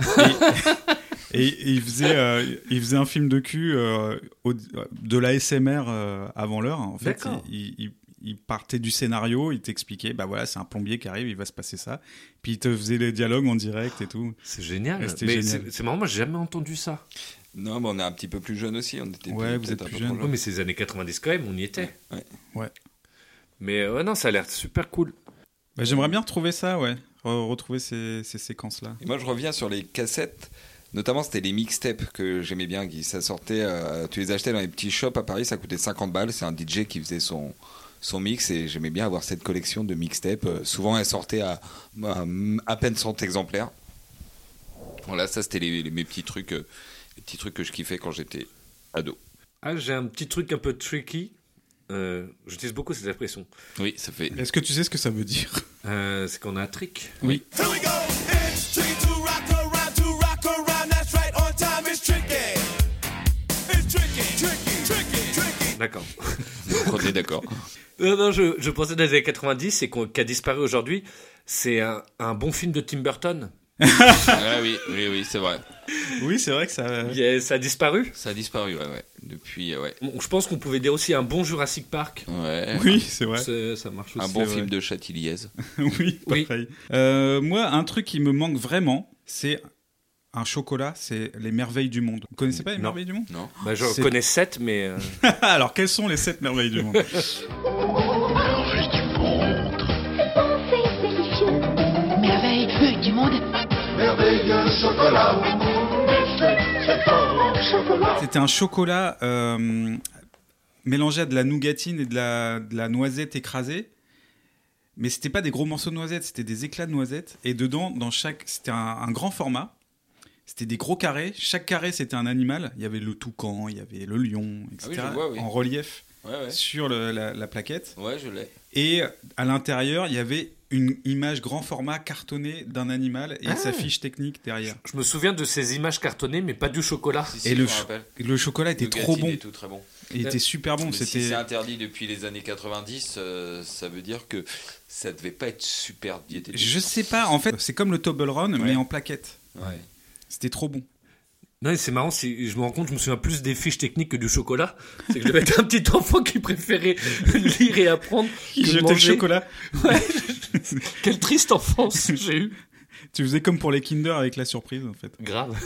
Speaker 5: Et, [laughs] et- et il, faisait, euh, il faisait un film de cul euh, au- de la SMR euh, avant l'heure. En fait,
Speaker 4: D'accord.
Speaker 5: il, il- il partait du scénario, il t'expliquait, bah voilà, c'est un plombier qui arrive, il va se passer ça. Puis il te faisait les dialogues en direct et tout.
Speaker 4: C'est génial.
Speaker 5: Ouais, c'était
Speaker 4: mais
Speaker 5: génial.
Speaker 4: c'est- c'est marrant, moi j'ai jamais entendu ça.
Speaker 3: Non, mais on est un petit peu plus jeune aussi. On était plus-
Speaker 5: Ouais, vous
Speaker 3: peut-être
Speaker 5: êtes
Speaker 3: un
Speaker 5: plus
Speaker 3: peu
Speaker 5: jeune.
Speaker 4: Oui, mais c'est les années 90 quand même, on y était.
Speaker 3: Ouais.
Speaker 5: Ouais.
Speaker 4: Mais euh, ouais, non, ça a l'air super cool.
Speaker 5: Bah, J'aimerais bien retrouver ça, ouais. Re- retrouver ces, ces séquences-là.
Speaker 3: Et moi, je reviens sur les cassettes. Notamment, c'était les mixtapes que j'aimais bien. Qui, ça sortait, euh, tu les achetais dans les petits shops à Paris, ça coûtait 50 balles. C'est un DJ qui faisait son, son mix et j'aimais bien avoir cette collection de mixtapes. Euh, souvent, elles sortaient à, à à peine 100 exemplaires. Voilà, ça, c'était les, les- mes petits trucs, euh, les petits trucs que je kiffais quand j'étais ado.
Speaker 4: Ah, j'ai un petit truc un peu tricky. Euh, J'utilise beaucoup cette expression.
Speaker 3: Oui, ça fait. [laughs]
Speaker 5: Est-ce que tu sais ce que ça veut dire
Speaker 4: Euh, c'est qu'on a un
Speaker 5: [laughs]
Speaker 4: trick.
Speaker 8: Here we go. It's tricky to rock around, to rock around. That's right, on time it's tricky. It's tricky, tricky, tricky, tricky.
Speaker 4: D'accord.
Speaker 3: On est d'accord.
Speaker 4: non, non, je, je pensais dans les années 90 et qu'on- qu'a disparu aujourd'hui. C'est un, un bon film de Tim Burton.
Speaker 3: Ah oui, oui, oui, c'est vrai.
Speaker 5: Oui, c'est vrai que [laughs] ça.
Speaker 4: Il y a- ça a disparu.
Speaker 3: Ça a disparu, ouais, ouais. Depuis, euh, ouais.
Speaker 4: Bon, je pense qu'on pouvait dire aussi un bon Jurassic Park.
Speaker 3: Ouais.
Speaker 5: Oui, c'est vrai.
Speaker 4: C'est- Ça marche aussi.
Speaker 3: Un bon
Speaker 5: c'est
Speaker 3: film
Speaker 5: vrai.
Speaker 3: de Chatiliez.
Speaker 5: [laughs] oui,
Speaker 4: Oui.
Speaker 5: pareil. Euh, moi, un truc qui me manque vraiment, c'est un chocolat, c'est les merveilles du monde. Vous connaissez pas les
Speaker 4: Non.
Speaker 5: merveilles
Speaker 3: [laughs]
Speaker 5: du monde
Speaker 3: Non.
Speaker 4: Bah, je
Speaker 5: C'est-
Speaker 4: connais 7, mais. euh,
Speaker 5: Alors, quelles sont les sept merveilles du monde
Speaker 6: Merveille euh, du monde.
Speaker 5: C'était un chocolat euh, mélangé à de la nougatine et de la, de la noisette écrasée. Mais c'était pas des gros morceaux de noisette, c'était des éclats de noisette. Et dedans, dans chaque, c'était un, un grand format. C'était des gros carrés. Chaque carré, c'était un animal. Il y avait le toucan, il y avait le lion, etc.
Speaker 3: je vois, Ah oui.
Speaker 5: En relief
Speaker 3: Ouais, ouais.
Speaker 5: sur le- la- la plaquette.
Speaker 3: Ouais, je l'ai.
Speaker 5: Et à l'intérieur, il y avait une image grand format cartonnée d'un animal et sa fiche technique derrière.
Speaker 4: Je me souviens de ces images cartonnées, mais pas du chocolat.
Speaker 3: Si, si,
Speaker 5: Et le,
Speaker 3: je me
Speaker 5: cho-
Speaker 3: rappelle.
Speaker 5: le chocolat était
Speaker 3: Nougatine
Speaker 5: trop bon.
Speaker 3: et tout, très bon.
Speaker 5: Il était super bon.
Speaker 3: Mais si
Speaker 5: C'était
Speaker 3: c'est interdit depuis les années 90, euh, ça veut dire que ça devait pas être super diététique.
Speaker 5: Je sais pas, en fait, c'est comme le Toblerone, mais en plaquettes.
Speaker 3: Ouais.
Speaker 5: C'était trop bon.
Speaker 4: Non, mais c'est marrant, c'est- je me rends compte, je me souviens plus des fiches techniques que du chocolat. C'est que je devais être un petit enfant qui préférait lire et apprendre.
Speaker 5: Qui
Speaker 4: que
Speaker 5: jetait le
Speaker 4: manger.
Speaker 5: chocolat.
Speaker 4: Ouais. Quelle triste enfance
Speaker 3: [laughs]
Speaker 4: j'ai eue.
Speaker 5: Tu faisais comme pour les Kinder avec la surprise, en fait.
Speaker 4: Grave.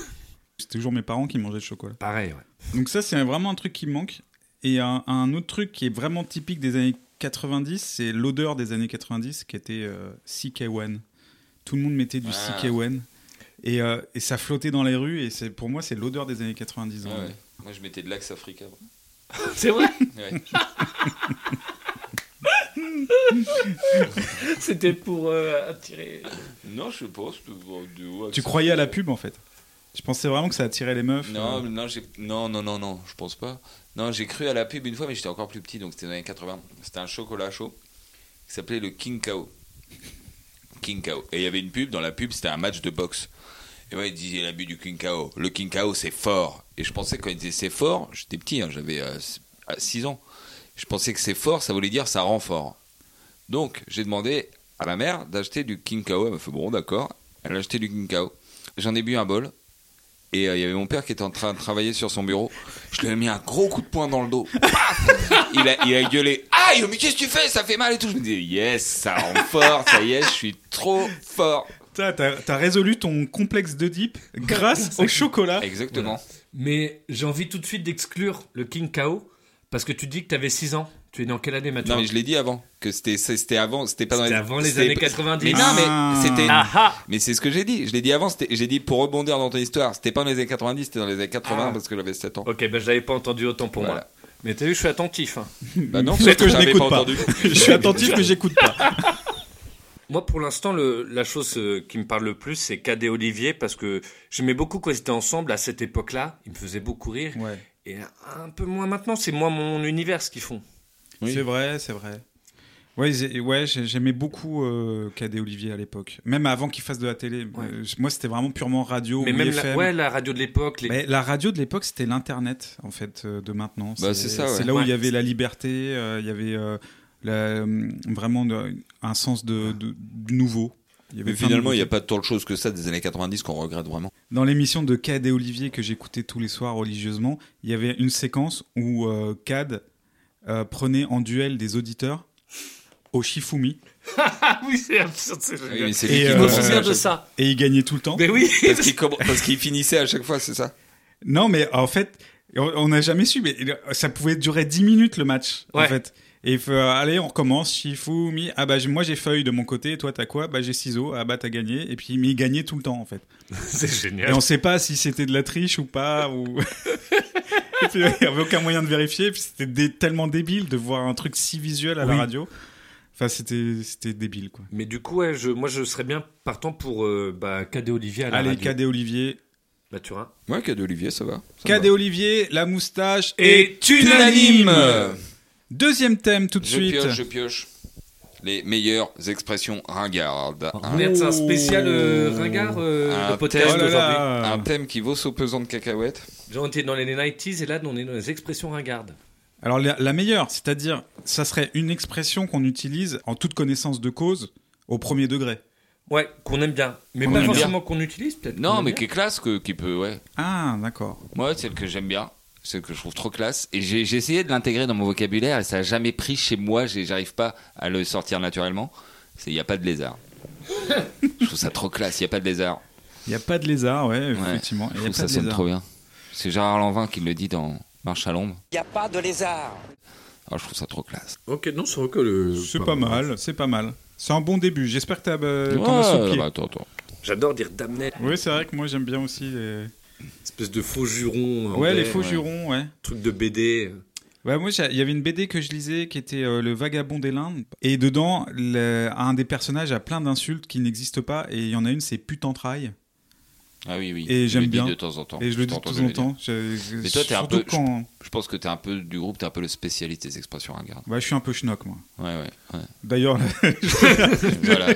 Speaker 5: C'était toujours mes parents qui mangeaient le chocolat.
Speaker 4: Pareil, ouais.
Speaker 5: Donc ça, c'est vraiment un truc qui me manque. Et un, un autre truc qui est vraiment typique des années 90, c'est l'odeur des années 90 qui était euh, CK1. Tout le monde mettait du
Speaker 3: Ah.
Speaker 5: CK1. Et, euh, et ça flottait dans les rues. Et c'est- pour moi, c'est l'odeur des années hein. 90. en
Speaker 3: Ah
Speaker 5: vrai.
Speaker 3: ouais. Moi, je mettais de l'axe Africa.
Speaker 4: [laughs] C'est vrai
Speaker 3: Ouais.
Speaker 4: C'était pour euh, attirer.
Speaker 3: Non, je pense. de- de- ouais,
Speaker 5: Tu
Speaker 3: ça-
Speaker 5: croyais à la pub, en fait. Je pensais vraiment que ça attirait les meufs.
Speaker 3: Non,
Speaker 5: Euh,
Speaker 3: mais non, j'ai- non, non, non, non, je pense pas. Non, j'ai cru à la pub une fois, mais j'étais encore plus petit, donc c'était dans les années 80. C'était un chocolat chaud qui s'appelait le King Kao. King Kao. Et il y avait une pub, dans la pub, c'était un match de boxe. Et moi, il disait l'abus du King Kao. Le King Kao, c'est fort. Et je pensais, quand il disait c'est fort, j'étais petit, hein, j'avais 6 ans. Je pensais que c'est fort, ça voulait dire ça rend fort. Donc, j'ai demandé à ma mère d'acheter du King Kao. Elle m'a fait bon, d'accord. Elle a acheté du King Kao. J'en ai bu un bol. Et euh, il y avait mon père qui était en train de travailler sur son bureau. Je lui ai mis un gros coup de poing dans le dos. Paf il, a, il a gueulé. Aïe, mais qu'est-ce que tu fais Ça fait mal et tout. Je me dis, yes, ça rend fort. Ça y est, je suis trop fort.
Speaker 5: T'as t'as résolu ton complexe d'Oedipe
Speaker 3: [laughs]
Speaker 5: grâce au chocolat.
Speaker 3: Exactement.
Speaker 4: Mais j'ai envie tout de suite d'exclure le King K.O. parce que tu dis que t'avais 6 ans. Tu es né en quelle année, Mathieu
Speaker 3: Non, mais je l'ai dit avant. Que c'était, c'est- c'était avant. C'était pas dans
Speaker 4: C'était avant les
Speaker 3: c'était-
Speaker 4: années 90.
Speaker 3: Mais non,
Speaker 5: Ah.
Speaker 3: mais c'était.
Speaker 4: Ah ah
Speaker 3: Mais c'est ce que j'ai dit. Je l'ai dit avant. c'était- J'ai dit pour rebondir dans ton histoire. C'était pas dans les années 90, c'était dans les années 80
Speaker 4: Ah.
Speaker 3: parce que j'avais 7 ans.
Speaker 4: Ok, ben je l'avais pas entendu autant pour
Speaker 3: Voilà.
Speaker 4: moi. Mais t'as vu, je suis attentif. hein.
Speaker 3: Bah non,
Speaker 5: Sauf
Speaker 3: peut-être
Speaker 5: que je
Speaker 3: t'avais
Speaker 5: n'écoute pas.
Speaker 4: [laughs]
Speaker 3: entendu.
Speaker 5: Je suis attentif, mais j'écoute pas.
Speaker 4: Moi, pour l'instant, le- la chose euh, qui me parle le plus, c'est Cad et Olivier, parce que j'aimais beaucoup quand ils étaient ensemble à cette époque-là. Ils me faisaient beaucoup rire.
Speaker 5: Ouais.
Speaker 4: Et un peu moins maintenant, c'est moi mon univers ce qu'ils font.
Speaker 3: Oui.
Speaker 5: C'est vrai, c'est vrai. Ouais, j'ai- ouais j'ai- j'aimais beaucoup euh, Cadet Olivier à l'époque. Même avant qu'il fasse de la télé. Euh, je- moi, c'était vraiment purement radio.
Speaker 4: Mais
Speaker 5: ou
Speaker 4: même la,
Speaker 5: FM.
Speaker 4: ouais, la radio de l'époque, les...
Speaker 5: Mais la radio de l'époque, c'était l'Internet, en fait, euh, de maintenant.
Speaker 3: Bah, c'est ça, ouais.
Speaker 5: là où
Speaker 4: Ouais.
Speaker 5: il y avait la liberté, euh, il y avait euh, la- hum, vraiment de- un sens de, de- du nouveau. Il y avait
Speaker 3: Mais
Speaker 5: plein de
Speaker 3: finalement, il n'y a pas
Speaker 5: nouveautés.
Speaker 3: tant de choses que ça des années 90 qu'on regrette vraiment.
Speaker 5: Dans l'émission de Cad et Olivier que j'écoutais tous les soirs religieusement, il y avait une séquence où euh, Cad euh, prenait en duel des auditeurs au Shifumi
Speaker 4: Ah oui, c'est absurde, c'est
Speaker 3: Oui, mais
Speaker 4: génial.
Speaker 3: c'est
Speaker 5: Et,
Speaker 3: lui qui
Speaker 5: euh,
Speaker 4: Je me
Speaker 3: commençait à
Speaker 4: souviens de
Speaker 3: chaque-
Speaker 4: ça.
Speaker 5: et il gagnait tout le temps.
Speaker 4: Mais oui
Speaker 3: Parce qu'il comm- parce qu'il finissait à chaque fois, c'est ça
Speaker 5: Non, mais en fait, on on n'a jamais su, mais il- ça pouvait durer 10 minutes le match, en
Speaker 4: Ouais.
Speaker 5: fait. Et il faut, euh, allez, on recommence, Shifumi. Ah bah, j'ai- moi j'ai feuille de mon côté, toi t'as quoi Bah j'ai ciseaux, ah bah t'as gagné. Et puis, mais il gagnait tout le temps, en fait.
Speaker 4: [laughs] C'est
Speaker 5: Et
Speaker 4: génial.
Speaker 5: on sait pas si c'était de la triche ou pas, ou... [laughs] Et puis, il n'y avait aucun moyen de vérifier, Et puis c'était dé- tellement débile de voir un truc si visuel à la
Speaker 4: Oui.
Speaker 5: radio. Enfin, c'était c'était débile, quoi.
Speaker 4: Mais du coup, ouais, je, moi, je serais bien partant pour euh, bah, Cad et Olivier à la
Speaker 5: Allez,
Speaker 4: radio.
Speaker 5: Cadet Olivier.
Speaker 4: Bah, tu vois.
Speaker 3: Ouais, cas d'Olivier, ça va.
Speaker 5: Cadet Olivier, la moustache
Speaker 4: Et
Speaker 5: unanime Deuxième thème tout de
Speaker 3: Je
Speaker 5: suite.
Speaker 3: pioche, je pioche. Les meilleures expressions ringardes.
Speaker 5: Ah.
Speaker 3: Un,
Speaker 4: Merde, c'est un spécial euh,
Speaker 5: Oh.
Speaker 4: ringard euh,
Speaker 3: Ah,
Speaker 4: de podcast
Speaker 3: Oh là là.
Speaker 4: aujourd'hui.
Speaker 3: un thème qui vaut son pesant de cacahuètes.
Speaker 4: Genre, on était dans les 90s et là, on est dans les expressions ringardes.
Speaker 5: Alors la, la meilleure, c'est-à-dire, ça serait une expression qu'on utilise en toute connaissance de cause au premier degré.
Speaker 4: Ouais, qu'on aime bien. Mais
Speaker 5: Qu'on
Speaker 4: pas
Speaker 5: aime bien.
Speaker 4: forcément qu'on utilise, peut-être. qu'on
Speaker 3: Non,
Speaker 4: aime
Speaker 3: mais
Speaker 4: bien.
Speaker 3: qui est classe, que- qui peut, ouais.
Speaker 5: Ah, d'accord.
Speaker 3: Moi, celle que j'aime bien, celle que je trouve trop classe. Et j'ai j'ai essayé de l'intégrer dans mon vocabulaire et ça n'a jamais pris chez moi. J'ai- J'arrive pas à le sortir naturellement. C'est il n'y a pas de lézard. [laughs] je trouve ça trop classe, il n'y a pas de lézard.
Speaker 5: Il n'y a pas de lézard, ouais,
Speaker 3: Ouais,
Speaker 5: effectivement.
Speaker 3: Je
Speaker 5: Il y a
Speaker 3: trouve
Speaker 5: pas
Speaker 3: ça
Speaker 5: de
Speaker 3: sonne
Speaker 5: lézard.
Speaker 3: trop bien. C'est Gérard Lanvin qui le dit dans Marche à l'ombre.
Speaker 1: Il n'y a pas de lézard.
Speaker 3: Ah, je trouve ça trop classe.
Speaker 4: Ok, non, c'est vrai que le.
Speaker 5: C'est pas mal, c'est pas mal. C'est un bon début. J'espère que t'as euh, t'en as
Speaker 3: Ouais,
Speaker 5: sous le pied.
Speaker 3: bah, attends, attends.
Speaker 4: J'adore dire damnel.
Speaker 5: Oui, c'est vrai que moi j'aime bien aussi les.
Speaker 4: Espèce de faux juron.
Speaker 3: ben,
Speaker 5: Ouais, les faux jurons, ouais.
Speaker 4: Truc de BD.
Speaker 5: Ouais, moi, j'ai- il y avait une BD que je lisais qui était euh, Le Vagabond des Landes. Et dedans, le- un des personnages a plein d'insultes qui n'existent pas. Et il y en a une, c'est putantraille.
Speaker 3: Ah oui, oui.
Speaker 5: Et
Speaker 3: Je
Speaker 5: j'aime
Speaker 3: le dis
Speaker 5: bien.
Speaker 3: De temps en temps.
Speaker 5: Et je le dis de
Speaker 3: t'entends
Speaker 5: temps en
Speaker 3: le dire.
Speaker 5: temps. Je- je-
Speaker 3: Mais toi, t'es un
Speaker 5: surtout
Speaker 3: peu-
Speaker 5: quand-
Speaker 3: Je pense que t'es un peu du groupe, t'es un peu le spécialiste des expressions ringardes.
Speaker 5: Ouais, je suis un peu schnock, moi.
Speaker 3: Ouais, ouais.
Speaker 5: [laughs]
Speaker 3: ouais.
Speaker 5: D'ailleurs,
Speaker 3: voilà.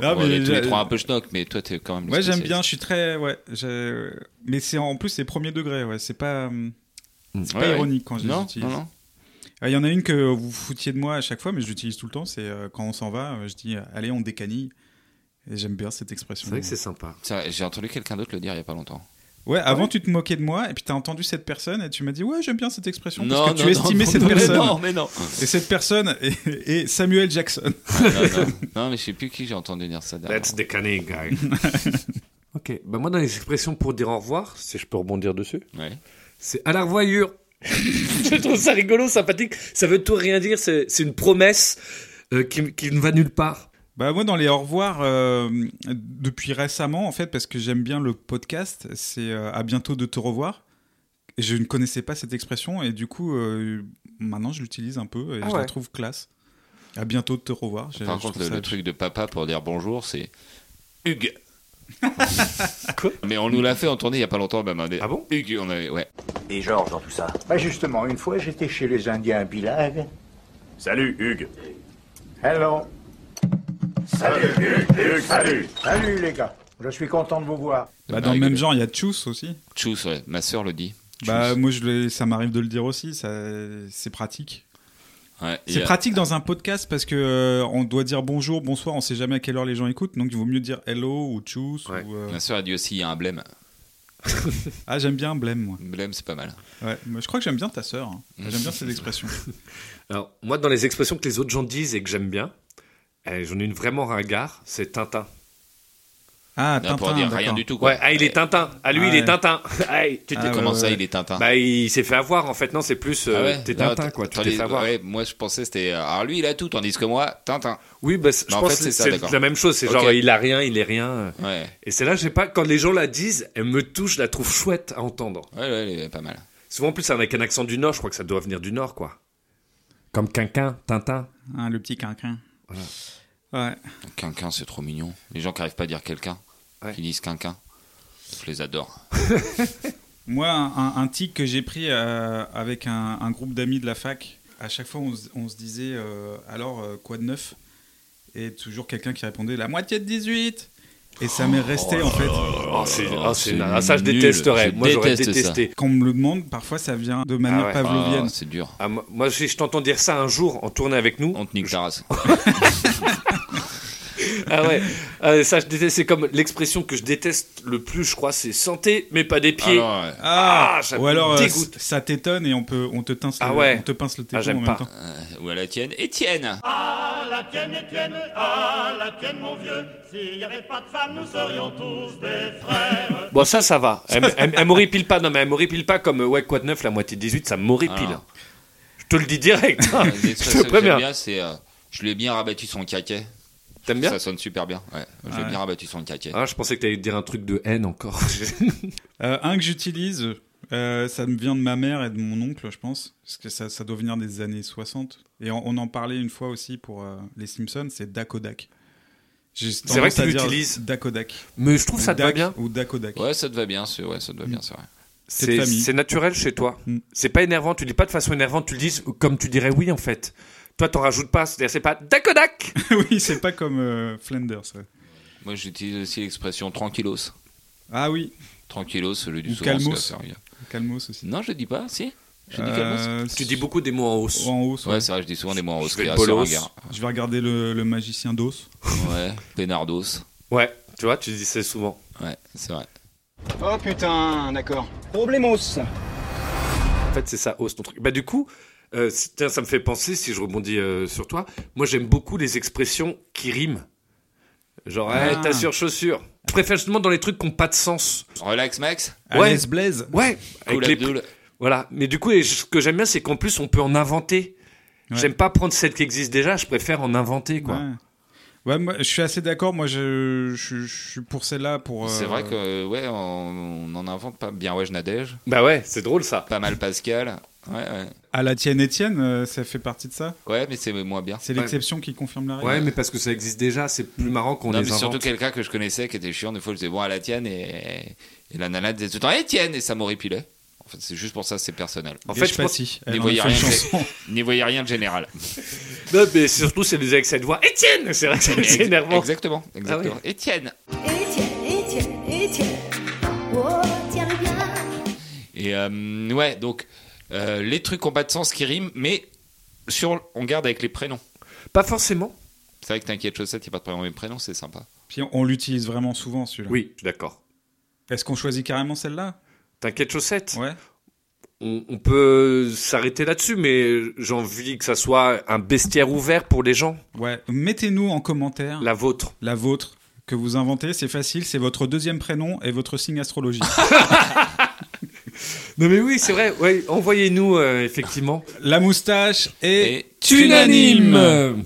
Speaker 5: Ah,
Speaker 3: On est
Speaker 5: mais
Speaker 3: tous les
Speaker 5: j'ai-
Speaker 3: trois un peu schnock, mais toi, t'es quand même. le
Speaker 5: Ouais, j'aime
Speaker 3: spécialiste.
Speaker 5: bien. Je suis très, ouais. je- Mais c'est en plus c'est premier degré. Ouais, c'est pas, hum, c'est
Speaker 3: Ouais,
Speaker 5: pas
Speaker 3: ouais.
Speaker 5: ironique quand je les
Speaker 3: Non,
Speaker 5: utilise.
Speaker 3: non, non.
Speaker 5: Ah, Il y en a une que vous foutiez de moi à chaque fois, mais je l'utilise tout le temps. C'est euh, quand on s'en va, euh, je dis euh, allez, on décanille. Et j'aime bien cette expression.
Speaker 4: C'est vrai que c'est sympa.
Speaker 3: Ça, J'ai entendu quelqu'un d'autre le dire il y a pas longtemps.
Speaker 5: Ouais,
Speaker 4: Ah
Speaker 5: avant tu te moquais de moi et puis t'as entendu cette personne et tu m'as dit ouais j'aime bien cette expression
Speaker 3: Non,
Speaker 5: parce que
Speaker 3: non,
Speaker 5: tu
Speaker 3: non,
Speaker 5: estimais
Speaker 3: non,
Speaker 5: cette
Speaker 3: non, mais
Speaker 5: personne.
Speaker 3: non, mais non.
Speaker 5: Et cette personne est, [laughs] est Samuel Jackson.
Speaker 3: Ah, [laughs] non, non. non, mais je sais plus qui j'ai entendu dire ça. dernièrement.
Speaker 4: That's the cunning guy. ok, bah moi dans les expressions pour dire au revoir, si je peux rebondir dessus,
Speaker 3: Ouais.
Speaker 4: c'est à la revoyure. [laughs] je trouve ça rigolo, sympathique. Ça veut tout rien dire, c'est c'est une promesse euh, qui, qui ne va nulle part.
Speaker 5: Bah moi dans les au revoir euh, depuis récemment en fait parce que j'aime bien le podcast, c'est euh, à bientôt de te revoir. Et je ne connaissais pas cette expression et du coup euh, maintenant je l'utilise un peu et
Speaker 4: Ah
Speaker 5: je
Speaker 4: ouais.
Speaker 5: la trouve classe. À bientôt de te revoir. Je-
Speaker 3: Par
Speaker 5: je
Speaker 3: contre,
Speaker 5: trouve
Speaker 3: le,
Speaker 5: ça-
Speaker 3: le truc de papa pour dire bonjour, c'est
Speaker 4: [laughs]
Speaker 3: Hugues. Mais on nous l'a fait en tournée il y a pas longtemps même. hein,
Speaker 4: Ah bon
Speaker 3: Hugues, on avait ouais.
Speaker 1: Et Georges dans tout ça
Speaker 9: Bah justement, une fois j'étais chez les Indiens bilingues.
Speaker 12: Salut Hugues.
Speaker 9: Hello.
Speaker 12: Salut Hugues. Hugues, salut.
Speaker 9: Salut les gars. Je suis content de vous voir.
Speaker 5: Bah, dans le même genre il y a Tchuss aussi.
Speaker 3: Tchuss, ouais. Ma sœur le dit.
Speaker 5: Bah moi je l'ai- ça m'arrive de le dire aussi, ça c'est pratique.
Speaker 3: Ouais, il y
Speaker 5: C'est
Speaker 3: a-
Speaker 5: pratique dans un podcast parce que euh, on doit dire bonjour, bonsoir, on sait jamais à quelle heure les gens écoutent, donc il vaut mieux dire hello ou tchuss. ou, euh,
Speaker 3: Ma sœur a dit aussi il y a un blême.
Speaker 5: Ah j'aime bien blême moi.
Speaker 3: Blême, c'est pas mal.
Speaker 5: Ouais, mais je crois que j'aime bien ta sœur. hein.
Speaker 3: Mm.
Speaker 5: J'aime bien cette expression.
Speaker 4: Alors, moi, dans les expressions que les autres gens disent et que j'aime bien, euh, j'en ai une vraiment ringard, c'est Tintin.
Speaker 5: Ah,
Speaker 3: Là, pour dire rien du tout quoi.
Speaker 4: Ouais, ah, il est Tintin. Ah, lui,
Speaker 5: Ah
Speaker 4: il est [laughs]
Speaker 5: ouais.
Speaker 4: Tintin. Ah, tu
Speaker 5: Ah
Speaker 4: t'es-
Speaker 3: Comment
Speaker 5: ouais,
Speaker 3: ça,
Speaker 5: ouais.
Speaker 3: il est Tintin
Speaker 4: Bah, il s'est fait avoir, en fait. Non, c'est plus, euh,
Speaker 3: Ah ouais
Speaker 4: t'es
Speaker 3: Non,
Speaker 4: Tintin,
Speaker 3: t-
Speaker 4: quoi. Tu t'es
Speaker 3: tandis-
Speaker 4: fait avoir.
Speaker 3: ouais, moi je pensais c'était euh, alors lui il a tout tandis que moi Tintin.
Speaker 4: Oui, bah, c'est- je
Speaker 3: Bah, en
Speaker 4: pense
Speaker 3: fait,
Speaker 4: que
Speaker 3: c'est ça,
Speaker 4: c'est
Speaker 3: d'accord.
Speaker 4: la même chose. C'est
Speaker 3: Ok.
Speaker 4: genre, euh, il a rien, il est rien. euh.
Speaker 3: Ouais.
Speaker 4: Et c'est là, je sais pas, quand les gens la disent, elle me touche, je la trouve chouette à entendre.
Speaker 3: Ouais, ouais, il est pas mal.
Speaker 4: Souvent, en plus, avec un accent du Nord, je crois que ça doit venir du Nord, quoi. Comme Quinquin, Tintin.
Speaker 5: Ah, le petit quinquin. Ouais.
Speaker 3: Quinquin, c'est trop mignon. Les gens qui arrivent pas à dire quelqu'un,
Speaker 4: Ouais.
Speaker 3: qui disent quinquin, je les adore.
Speaker 5: Moi, un, un- un tic que j'ai pris euh, avec un, un groupe d'amis de la fac, à chaque fois on, se- on se disait euh, alors euh, quoi de neuf Et toujours quelqu'un qui répondait la moitié de 18 Et ça m'est resté en fait.
Speaker 4: Oh, c'est,
Speaker 3: oh,
Speaker 4: ah, c'est
Speaker 3: c'est
Speaker 4: na- ah, ça, je
Speaker 3: nul.
Speaker 4: détesterais.
Speaker 3: Je
Speaker 4: moi, j'aurais
Speaker 3: déteste ça.
Speaker 4: détesté.
Speaker 5: Quand on me le demande, parfois ça vient de manière
Speaker 4: Ah ouais.
Speaker 5: pavlovienne.
Speaker 3: Ah, c'est dur.
Speaker 4: Ah, moi- moi, si je t'entends dire ça un jour en tournée avec nous,
Speaker 3: On te nique la race.
Speaker 4: ah ouais, Ah, ça je déteste. C'est comme l'expression que je déteste le plus, je crois, c'est santé, mais pas des pieds.
Speaker 3: Ah, non, ouais.
Speaker 5: Ah,
Speaker 4: Ah, ça
Speaker 5: Ou
Speaker 4: me
Speaker 5: alors euh,
Speaker 4: dégoûte.
Speaker 5: c- ça t'étonne et on peut on te pince le,
Speaker 4: Ah ouais.
Speaker 5: on te pince le téton
Speaker 4: Ah, j'aime
Speaker 5: en même
Speaker 4: pas.
Speaker 5: temps.
Speaker 3: Euh, ou à la tienne. Étienne
Speaker 4: Ah.
Speaker 12: À la tienne, Étienne, à la tienne, mon vieux. S'il n'y avait pas de femme, nous serions tous des frères.
Speaker 4: Bon, ça, ça va. Elle, elle- elle m'horripile pas, non, mais elle m'horripile pas comme euh, ouais, quoi de neuf, la moitié de 18, ça m'horripile.
Speaker 3: Ah.
Speaker 4: Je te le dis direct. hein.
Speaker 3: [laughs] Une
Speaker 4: [laughs] je
Speaker 3: expression
Speaker 4: te
Speaker 3: Euh, que j'aime
Speaker 4: préviens.
Speaker 3: bien, c'est euh, je lui ai bien rabattu son caquet.
Speaker 4: T'aimes bien
Speaker 3: Ça sonne super bien. Ouais. Je lui ai bien rabattu son caquet.
Speaker 4: Ah, je pensais que t'allais dire un truc de haine encore. [laughs]
Speaker 5: Euh, un que j'utilise, euh, ça me vient de ma mère et de mon oncle, je pense, parce que ça, ça doit venir des années 60. Et on, on en parlait une fois aussi pour euh, les Simpsons, c'est Dakodak. C'est
Speaker 4: vrai que tu l'utilises.
Speaker 5: Dakodak.
Speaker 4: mais je trouve ça te va
Speaker 5: Dak
Speaker 4: bien.
Speaker 5: Ou Dakodak.
Speaker 3: Ouais, ça te va bien, c'est ouais, ça te va bien,
Speaker 4: Mm.
Speaker 3: c'est vrai.
Speaker 5: C'est
Speaker 4: C'est
Speaker 5: de famille.
Speaker 4: c'est naturel chez toi.
Speaker 5: Mm.
Speaker 4: C'est pas énervant, tu le dis pas de façon énervante, tu le dis comme tu dirais oui en fait. Toi, t'en rajoutes pas, c'est-à-dire c'est pas dakodak.
Speaker 5: [laughs] oui, c'est pas comme euh, Flanders. ouais.
Speaker 3: Moi, j'utilise aussi l'expression tranquillos.
Speaker 5: Ah oui,
Speaker 3: Tranquillos, je le dis
Speaker 5: Ou
Speaker 3: souvent.
Speaker 5: calmos.
Speaker 3: c'est la sérieux.
Speaker 5: Calmos aussi.
Speaker 3: Non, je le dis pas, si Je dis calmos.
Speaker 5: Euh,
Speaker 4: Tu dis beaucoup des mots en hausse.
Speaker 5: En hausse, ouais.
Speaker 3: Ouais, c'est vrai, je dis souvent des mots en
Speaker 4: Je vais
Speaker 3: Oscar.
Speaker 4: être bolos.
Speaker 5: Je vais regarder le, le magicien d'os.
Speaker 3: Ouais, Pénardos.
Speaker 4: Ouais, tu vois, tu dis ça souvent.
Speaker 3: Ouais, c'est vrai.
Speaker 11: Oh putain, d'accord. Problemos.
Speaker 4: En fait, c'est ça, hausse ton truc. Bah, du coup, euh, c'est- tiens, ça me fait penser, si je rebondis euh, sur toi, moi j'aime beaucoup les expressions qui riment. Genre,
Speaker 5: Ah.
Speaker 4: hey, t'as sur chaussure. Je préfère justement dans les trucs qui n'ont pas de sens.
Speaker 3: Relax, Max.
Speaker 4: Ouais.
Speaker 5: Alice Blaise.
Speaker 4: Ouais,
Speaker 3: Cool,
Speaker 4: avec les-
Speaker 3: Abdul.
Speaker 4: Voilà, mais du coup, et ce que j'aime bien, c'est qu'en plus, on peut en inventer.
Speaker 5: Ouais.
Speaker 4: J'aime pas prendre celles qui existent déjà, je préfère en inventer, quoi.
Speaker 5: Ouais. Ouais, moi, je suis assez d'accord. Moi, je, je, je suis pour celle-là. pour.
Speaker 3: C'est
Speaker 5: euh,
Speaker 3: vrai que, euh, ouais, on- on n'en invente pas bien. Ouais, je nadège.
Speaker 4: Bah ouais, c'est drôle ça.
Speaker 3: Pas mal Pascal. Ouais, ouais.
Speaker 5: À la tienne, Étienne, euh, ça fait partie de ça
Speaker 3: Ouais, mais c'est moins bien.
Speaker 5: C'est
Speaker 4: Ouais.
Speaker 5: l'exception qui confirme la règle
Speaker 4: Ouais, mais parce que ça existe déjà, c'est plus marrant qu'on
Speaker 3: Non,
Speaker 4: les
Speaker 3: mais surtout
Speaker 4: invente.
Speaker 3: quelqu'un que je connaissais qui était chiant, des fois je disais bon à la tienne et, et la nana disait tout le temps Étienne et ça m'horripilait. En fait, c'est juste pour ça, c'est personnel.
Speaker 4: En
Speaker 5: Et
Speaker 4: fait,
Speaker 5: je
Speaker 4: je pense-
Speaker 5: si.
Speaker 3: n'y
Speaker 5: Elle en a
Speaker 3: voyait
Speaker 5: fait une
Speaker 3: rien,
Speaker 5: chanson. [laughs]
Speaker 3: N'y voyez rien de général.
Speaker 4: Non, mais surtout, c'est avec cette voix. Étienne C'est vrai que
Speaker 3: Mais
Speaker 4: c'est
Speaker 3: ex-
Speaker 4: énervant.
Speaker 3: Exactement, exactement. Étienne.
Speaker 6: Étienne, Étienne, Étienne. Oh, tiens bien.
Speaker 3: Et euh, ouais, donc euh, les trucs qui n'ont pas de sens qui riment, mais sur on garde avec les prénoms.
Speaker 4: Pas forcément.
Speaker 3: C'est vrai que t'inquiète chaussette, il n'y a pas de prénom mais prénom, c'est sympa.
Speaker 5: Puis on- on l'utilise vraiment souvent celui-là.
Speaker 4: Oui, je suis d'accord.
Speaker 5: Est-ce qu'on choisit carrément celle-là
Speaker 4: T'inquiète chaussette
Speaker 5: Ouais.
Speaker 4: On, on peut s'arrêter là-dessus, mais j'ai envie que ça soit un bestiaire ouvert pour les gens.
Speaker 5: Ouais. Mettez-nous en commentaire.
Speaker 4: La vôtre.
Speaker 5: La vôtre que vous inventez, c'est facile, c'est votre deuxième prénom et votre signe astrologique. [laughs]
Speaker 4: Non mais oui, c'est vrai. Ouais, envoyez-nous euh, effectivement.
Speaker 5: La moustache est
Speaker 4: unanime.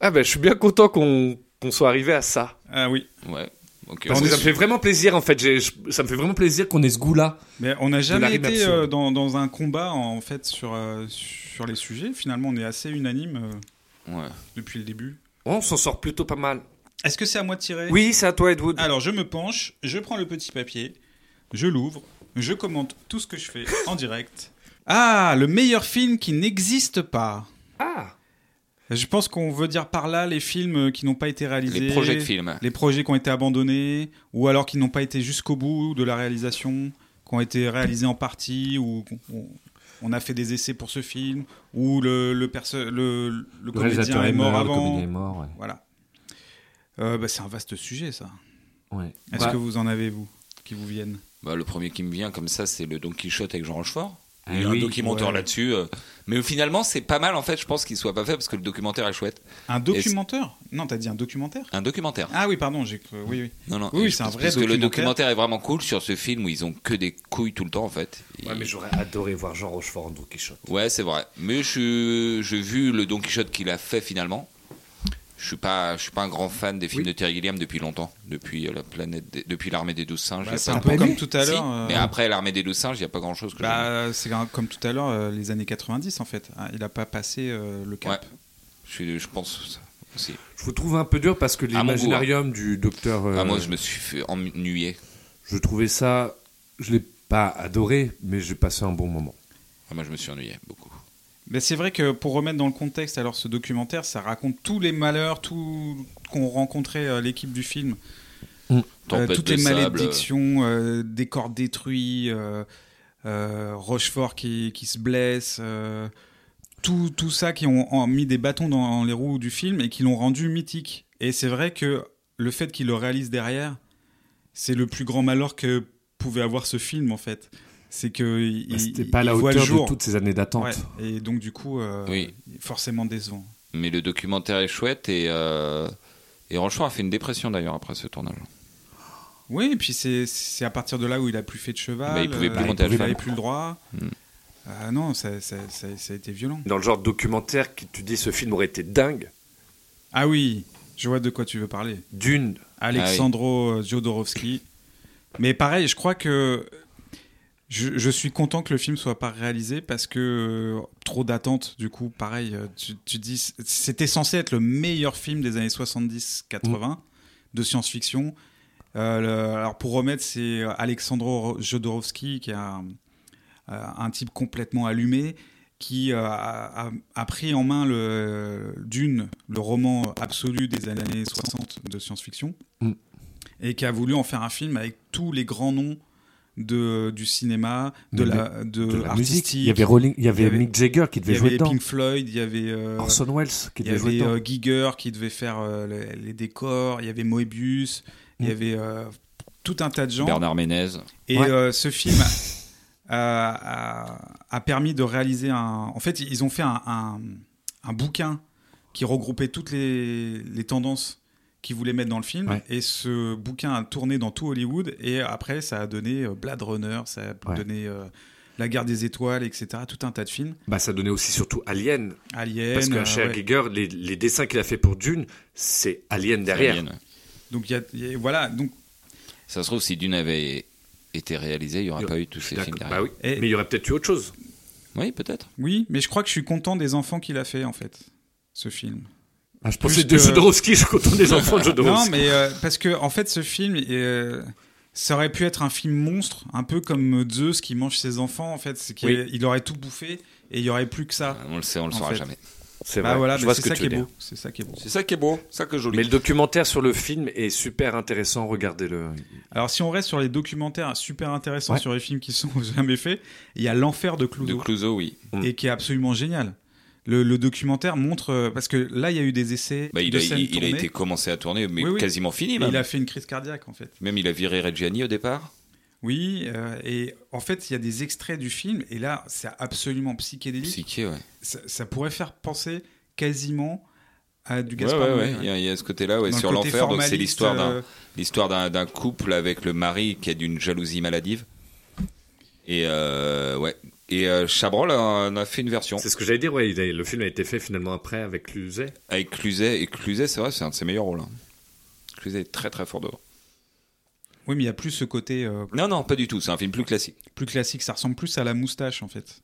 Speaker 4: Ah ben, je suis bien content qu'on qu'on soit arrivé à ça.
Speaker 5: Ah oui.
Speaker 3: Ouais. Ok.
Speaker 4: Parce
Speaker 5: On
Speaker 4: que
Speaker 5: est
Speaker 4: ça me
Speaker 5: sou-
Speaker 4: fait vraiment plaisir en fait. J'ai- je- ça me fait vraiment plaisir qu'on ait ce goût-là.
Speaker 5: Mais on n'a
Speaker 4: De la
Speaker 5: jamais
Speaker 4: rime
Speaker 5: été
Speaker 4: absurde.
Speaker 5: euh, dans, dans un combat en fait sur, euh, sur les sujets. Finalement, on est assez unanime euh,
Speaker 3: Ouais.
Speaker 5: depuis le début.
Speaker 4: Ouais, on s'en sort plutôt pas mal.
Speaker 5: Est-ce que c'est à moi de tirer
Speaker 4: Oui, c'est à toi Edwood.
Speaker 5: Alors je me penche, je prends le petit papier, je l'ouvre, je commente tout ce que je fais en direct. Ah, le meilleur film qui n'existe pas.
Speaker 4: Ah.
Speaker 5: Je pense qu'on veut dire par là les films qui n'ont pas été réalisés.
Speaker 3: Les projets de films.
Speaker 5: Les projets qui ont été abandonnés, ou alors qui n'ont pas été jusqu'au bout de la réalisation, qui ont été réalisés en partie, ou on, on a fait des essais pour ce film, ou le, le, perso- le, le comédien est mort avant.
Speaker 4: mort.
Speaker 5: Voilà. Euh, bah, c'est un vaste sujet, ça.
Speaker 4: Ouais.
Speaker 5: Est-ce
Speaker 4: Ouais.
Speaker 5: que vous en avez, vous, qui vous viennent
Speaker 3: Bah, le premier qui me vient comme ça, c'est le Don Quichotte avec Jean Rochefort.
Speaker 4: Ah
Speaker 3: Il y a un
Speaker 4: oui,
Speaker 3: documentaire
Speaker 5: ouais.
Speaker 3: là-dessus. euh, Mais finalement, c'est pas mal en fait. Je pense qu'il soit pas fait parce que le documentaire est chouette.
Speaker 5: Un documentaire Non, t'as dit un documentaire
Speaker 3: Un documentaire.
Speaker 5: Ah oui, pardon, j'ai cru. Oui, oui.
Speaker 3: Non, non.
Speaker 5: Oui,
Speaker 3: et
Speaker 5: c'est
Speaker 3: je
Speaker 5: un
Speaker 3: pense
Speaker 5: vrai
Speaker 3: que le
Speaker 5: documentaire.
Speaker 3: documentaire est vraiment cool sur ce film où ils ont que des couilles tout le temps en fait. Et-
Speaker 4: Ouais, mais j'aurais adoré voir Jean Rochefort en Don Quichotte.
Speaker 3: Ouais, c'est vrai. Mais je suis- j'ai vu le Don Quichotte qu'il a fait finalement. Je suis pas, je suis pas un grand fan des films de Terry Gilliam depuis longtemps, depuis euh, la planète, des- depuis l'armée des douze singes.
Speaker 5: Bah,
Speaker 3: j'ai
Speaker 5: c'est
Speaker 3: pas-
Speaker 5: un peu
Speaker 4: aimé
Speaker 5: comme tout à
Speaker 3: Si,
Speaker 5: l'heure. euh,
Speaker 3: Mais après l'armée des douze singes, il y a pas grand chose que j'aime.
Speaker 5: bah, c'est un- comme tout à l'heure, euh, les années 90, en fait. Ah, Il a pas passé euh, le cap.
Speaker 3: Je, suis- je pense. aussi.
Speaker 4: Je vous trouve un peu dur parce que
Speaker 3: mon goût,
Speaker 4: l'imaginarium du docteur. euh,
Speaker 3: Ah, moi, je me suis fait ennuyé.
Speaker 4: je trouvais ça. Je l'ai pas adoré, mais j'ai passé un bon moment.
Speaker 3: Ah, moi, je me suis ennuyé beaucoup.
Speaker 5: Mais c'est vrai que pour remettre dans le contexte, alors ce documentaire, ça raconte tous les malheurs, tout qu'ont rencontré euh, l'équipe du film.
Speaker 4: Mm.
Speaker 3: Tempête
Speaker 5: Euh, toutes
Speaker 3: de
Speaker 5: les
Speaker 3: sable.
Speaker 5: malédictions, euh, des corps détruits, euh, euh, Rochefort qui, qui se blesse, euh, tout, tout ça qui ont, ont mis des bâtons dans les roues du film et qui l'ont rendu mythique. Et c'est vrai que le fait qu'il le réalise derrière, c'est le plus grand malheur que pouvait avoir ce film en fait. C'est que il,
Speaker 4: Bah, C'était
Speaker 5: il-
Speaker 4: pas à la
Speaker 5: il voit le
Speaker 4: hauteur de
Speaker 5: jour.
Speaker 4: toutes ces années d'attente.
Speaker 5: Ouais, et donc du coup, euh,
Speaker 3: Oui.
Speaker 5: forcément décevant.
Speaker 3: Mais le documentaire est chouette et euh, et Rochefort a fait une dépression d'ailleurs après ce tournage.
Speaker 5: Oui, et puis c'est- c'est à partir de là où il a plus fait de cheval.
Speaker 3: Bah, il pouvait plus
Speaker 5: euh,
Speaker 3: monter à
Speaker 5: il
Speaker 3: cheval.
Speaker 5: avait plus le droit.
Speaker 3: Mm.
Speaker 5: Ah non, ça, ça, ça- ça a été violent.
Speaker 4: Dans le genre de documentaire qui tu dis ce film aurait été dingue.
Speaker 5: Ah oui, je vois de quoi tu veux parler.
Speaker 4: D'une.
Speaker 3: Ah
Speaker 5: Alexandro euh, Jodorowsky. Mais pareil, je crois que je, je suis content que le film soit pas réalisé parce que euh, trop d'attentes. Du coup, pareil, euh, tu, tu dis c- c'était censé être le meilleur film des années 70-80
Speaker 3: Hmm.
Speaker 5: de science-fiction. Euh, le- alors pour remettre, c'est euh, Alexandro Jodorowsky qui est un, euh, un type complètement allumé qui euh, a, a- a pris en main le Dune, le roman absolu des années 60 de science-fiction,
Speaker 4: Mm.
Speaker 5: et qui a voulu en faire un film avec tous les grands noms de, du cinéma, de,
Speaker 4: De
Speaker 5: la, de,
Speaker 4: de la musique.
Speaker 5: artistique.
Speaker 4: Euh, Il y avait, Rolling, il y avait
Speaker 5: Il y avait-
Speaker 4: Mick Jagger qui
Speaker 5: il y
Speaker 4: devait
Speaker 5: avait
Speaker 4: jouer dedans. Oh,
Speaker 5: Pink Floyd, il y avait, euh,
Speaker 4: Orson Welles qui
Speaker 5: il y
Speaker 4: devait jouer
Speaker 5: avait
Speaker 4: dedans.
Speaker 5: euh, Giger qui devait faire euh, les, les décors, il y avait Moebius, il y
Speaker 4: Mm.
Speaker 5: avait euh, tout un tas de gens.
Speaker 3: Bernard Ménez.
Speaker 5: Et
Speaker 4: Ouais.
Speaker 5: euh, ce film a, a- a permis de réaliser un. En fait, ils ont fait un, un- un bouquin qui regroupait toutes les, les tendances qu'ils voulaient mettre dans le film.
Speaker 4: Ouais.
Speaker 5: Et ce bouquin a tourné dans tout Hollywood. Et après, ça a donné euh, Blade Runner, ça a
Speaker 4: Ouais.
Speaker 5: donné euh, La guerre des étoiles, etc. Tout un tas de films.
Speaker 4: Bah, ça donnait aussi surtout Alien.
Speaker 5: Alien.
Speaker 4: Parce que
Speaker 5: euh,
Speaker 4: chez
Speaker 5: ouais.
Speaker 4: Giger, les, les dessins qu'il a fait pour Dune, c'est Alien derrière.
Speaker 3: Alien.
Speaker 5: Donc, il y a- il y a- voilà. Donc,
Speaker 3: Ça se trouve, si Dune avait été réalisé, il n'y aurait
Speaker 4: Il-
Speaker 3: pas eu tous ces films
Speaker 4: D'accord.
Speaker 3: derrière.
Speaker 4: Bah oui.
Speaker 5: Et-
Speaker 4: Mais il y aurait peut-être eu autre chose.
Speaker 3: Oui, peut-être.
Speaker 5: oui, mais je crois que je suis content des enfants qu'il a fait, en fait, ce film.
Speaker 4: Ah, je
Speaker 5: pensais
Speaker 4: pensais
Speaker 5: de
Speaker 4: de
Speaker 5: que-
Speaker 4: Jodorowsky, je suis content des enfants de
Speaker 5: [laughs] Non,
Speaker 4: Jodorowsky.
Speaker 5: mais euh, parce que en fait, ce film, euh, ça aurait pu être un film monstre, un peu comme Zeus qui mange ses enfants. En fait, c'est qu'il
Speaker 4: Oui.
Speaker 5: il aurait tout bouffé et il y aurait plus que ça.
Speaker 3: On le sait, on le
Speaker 5: Bah, En
Speaker 3: saura
Speaker 5: fait.
Speaker 3: jamais.
Speaker 4: C'est
Speaker 5: Bah
Speaker 4: vrai,
Speaker 5: voilà,
Speaker 4: je
Speaker 5: mais
Speaker 4: vois ce
Speaker 5: c'est
Speaker 4: que
Speaker 5: ça
Speaker 4: tu
Speaker 5: qui
Speaker 4: veux
Speaker 5: est
Speaker 4: dire.
Speaker 5: beau. C'est ça qui est beau.
Speaker 3: C'est ça qui est beau, ça que joli.
Speaker 4: Mais le documentaire sur le film est super intéressant, regardez-le.
Speaker 5: Alors, si on reste sur les documentaires super intéressants
Speaker 4: Ouais.
Speaker 5: sur les films qui sont [laughs] jamais faits, il y a l'enfer de Clouseau.
Speaker 3: De Clouseau, oui.
Speaker 4: Mm.
Speaker 5: et qui est absolument génial. Le, le documentaire montre euh, parce que là, il y a eu des essais.
Speaker 3: Bah, il,
Speaker 5: de
Speaker 3: a,
Speaker 5: scènes
Speaker 3: il- il a
Speaker 5: tournées,
Speaker 3: été commencé à tourner, mais
Speaker 5: Oui, oui.
Speaker 3: quasiment fini.
Speaker 5: et
Speaker 3: Même.
Speaker 5: il a fait une crise cardiaque en fait.
Speaker 3: Même il a viré Reggiani au départ.
Speaker 5: Oui, euh, et en fait, il y a des extraits du film, et là, c'est absolument psychédélique.
Speaker 3: Psyché, ouais.
Speaker 5: Ça, ça pourrait faire penser quasiment à du
Speaker 3: Ouais,
Speaker 5: Gaspard
Speaker 3: ouais, ouais.
Speaker 5: Noé. hein.
Speaker 3: Il y a- il y, a ce côté-là, ouais,
Speaker 5: Dans le
Speaker 3: sur
Speaker 5: côté
Speaker 3: l'enfer. Donc c'est
Speaker 5: formaliste,
Speaker 3: l'histoire d'un,
Speaker 5: euh,
Speaker 3: l'histoire d'un, d'un couple avec le mari qui a d'une jalousie maladive. Et euh, ouais. Et euh, Chabrol en a fait une version.
Speaker 4: C'est ce que j'allais dire, ouais, il a- le film a été fait finalement après avec Cluzet.
Speaker 3: Avec Cluzet. Et Cluzet, c'est vrai, c'est un de ses meilleurs rôles. hein. Cluzet est très très fort devant.
Speaker 5: Oui, mais il y a plus ce côté euh,
Speaker 3: Non, non, pas du tout. C'est un film plus classique.
Speaker 5: plus classique. Ça ressemble plus à la moustache, en fait.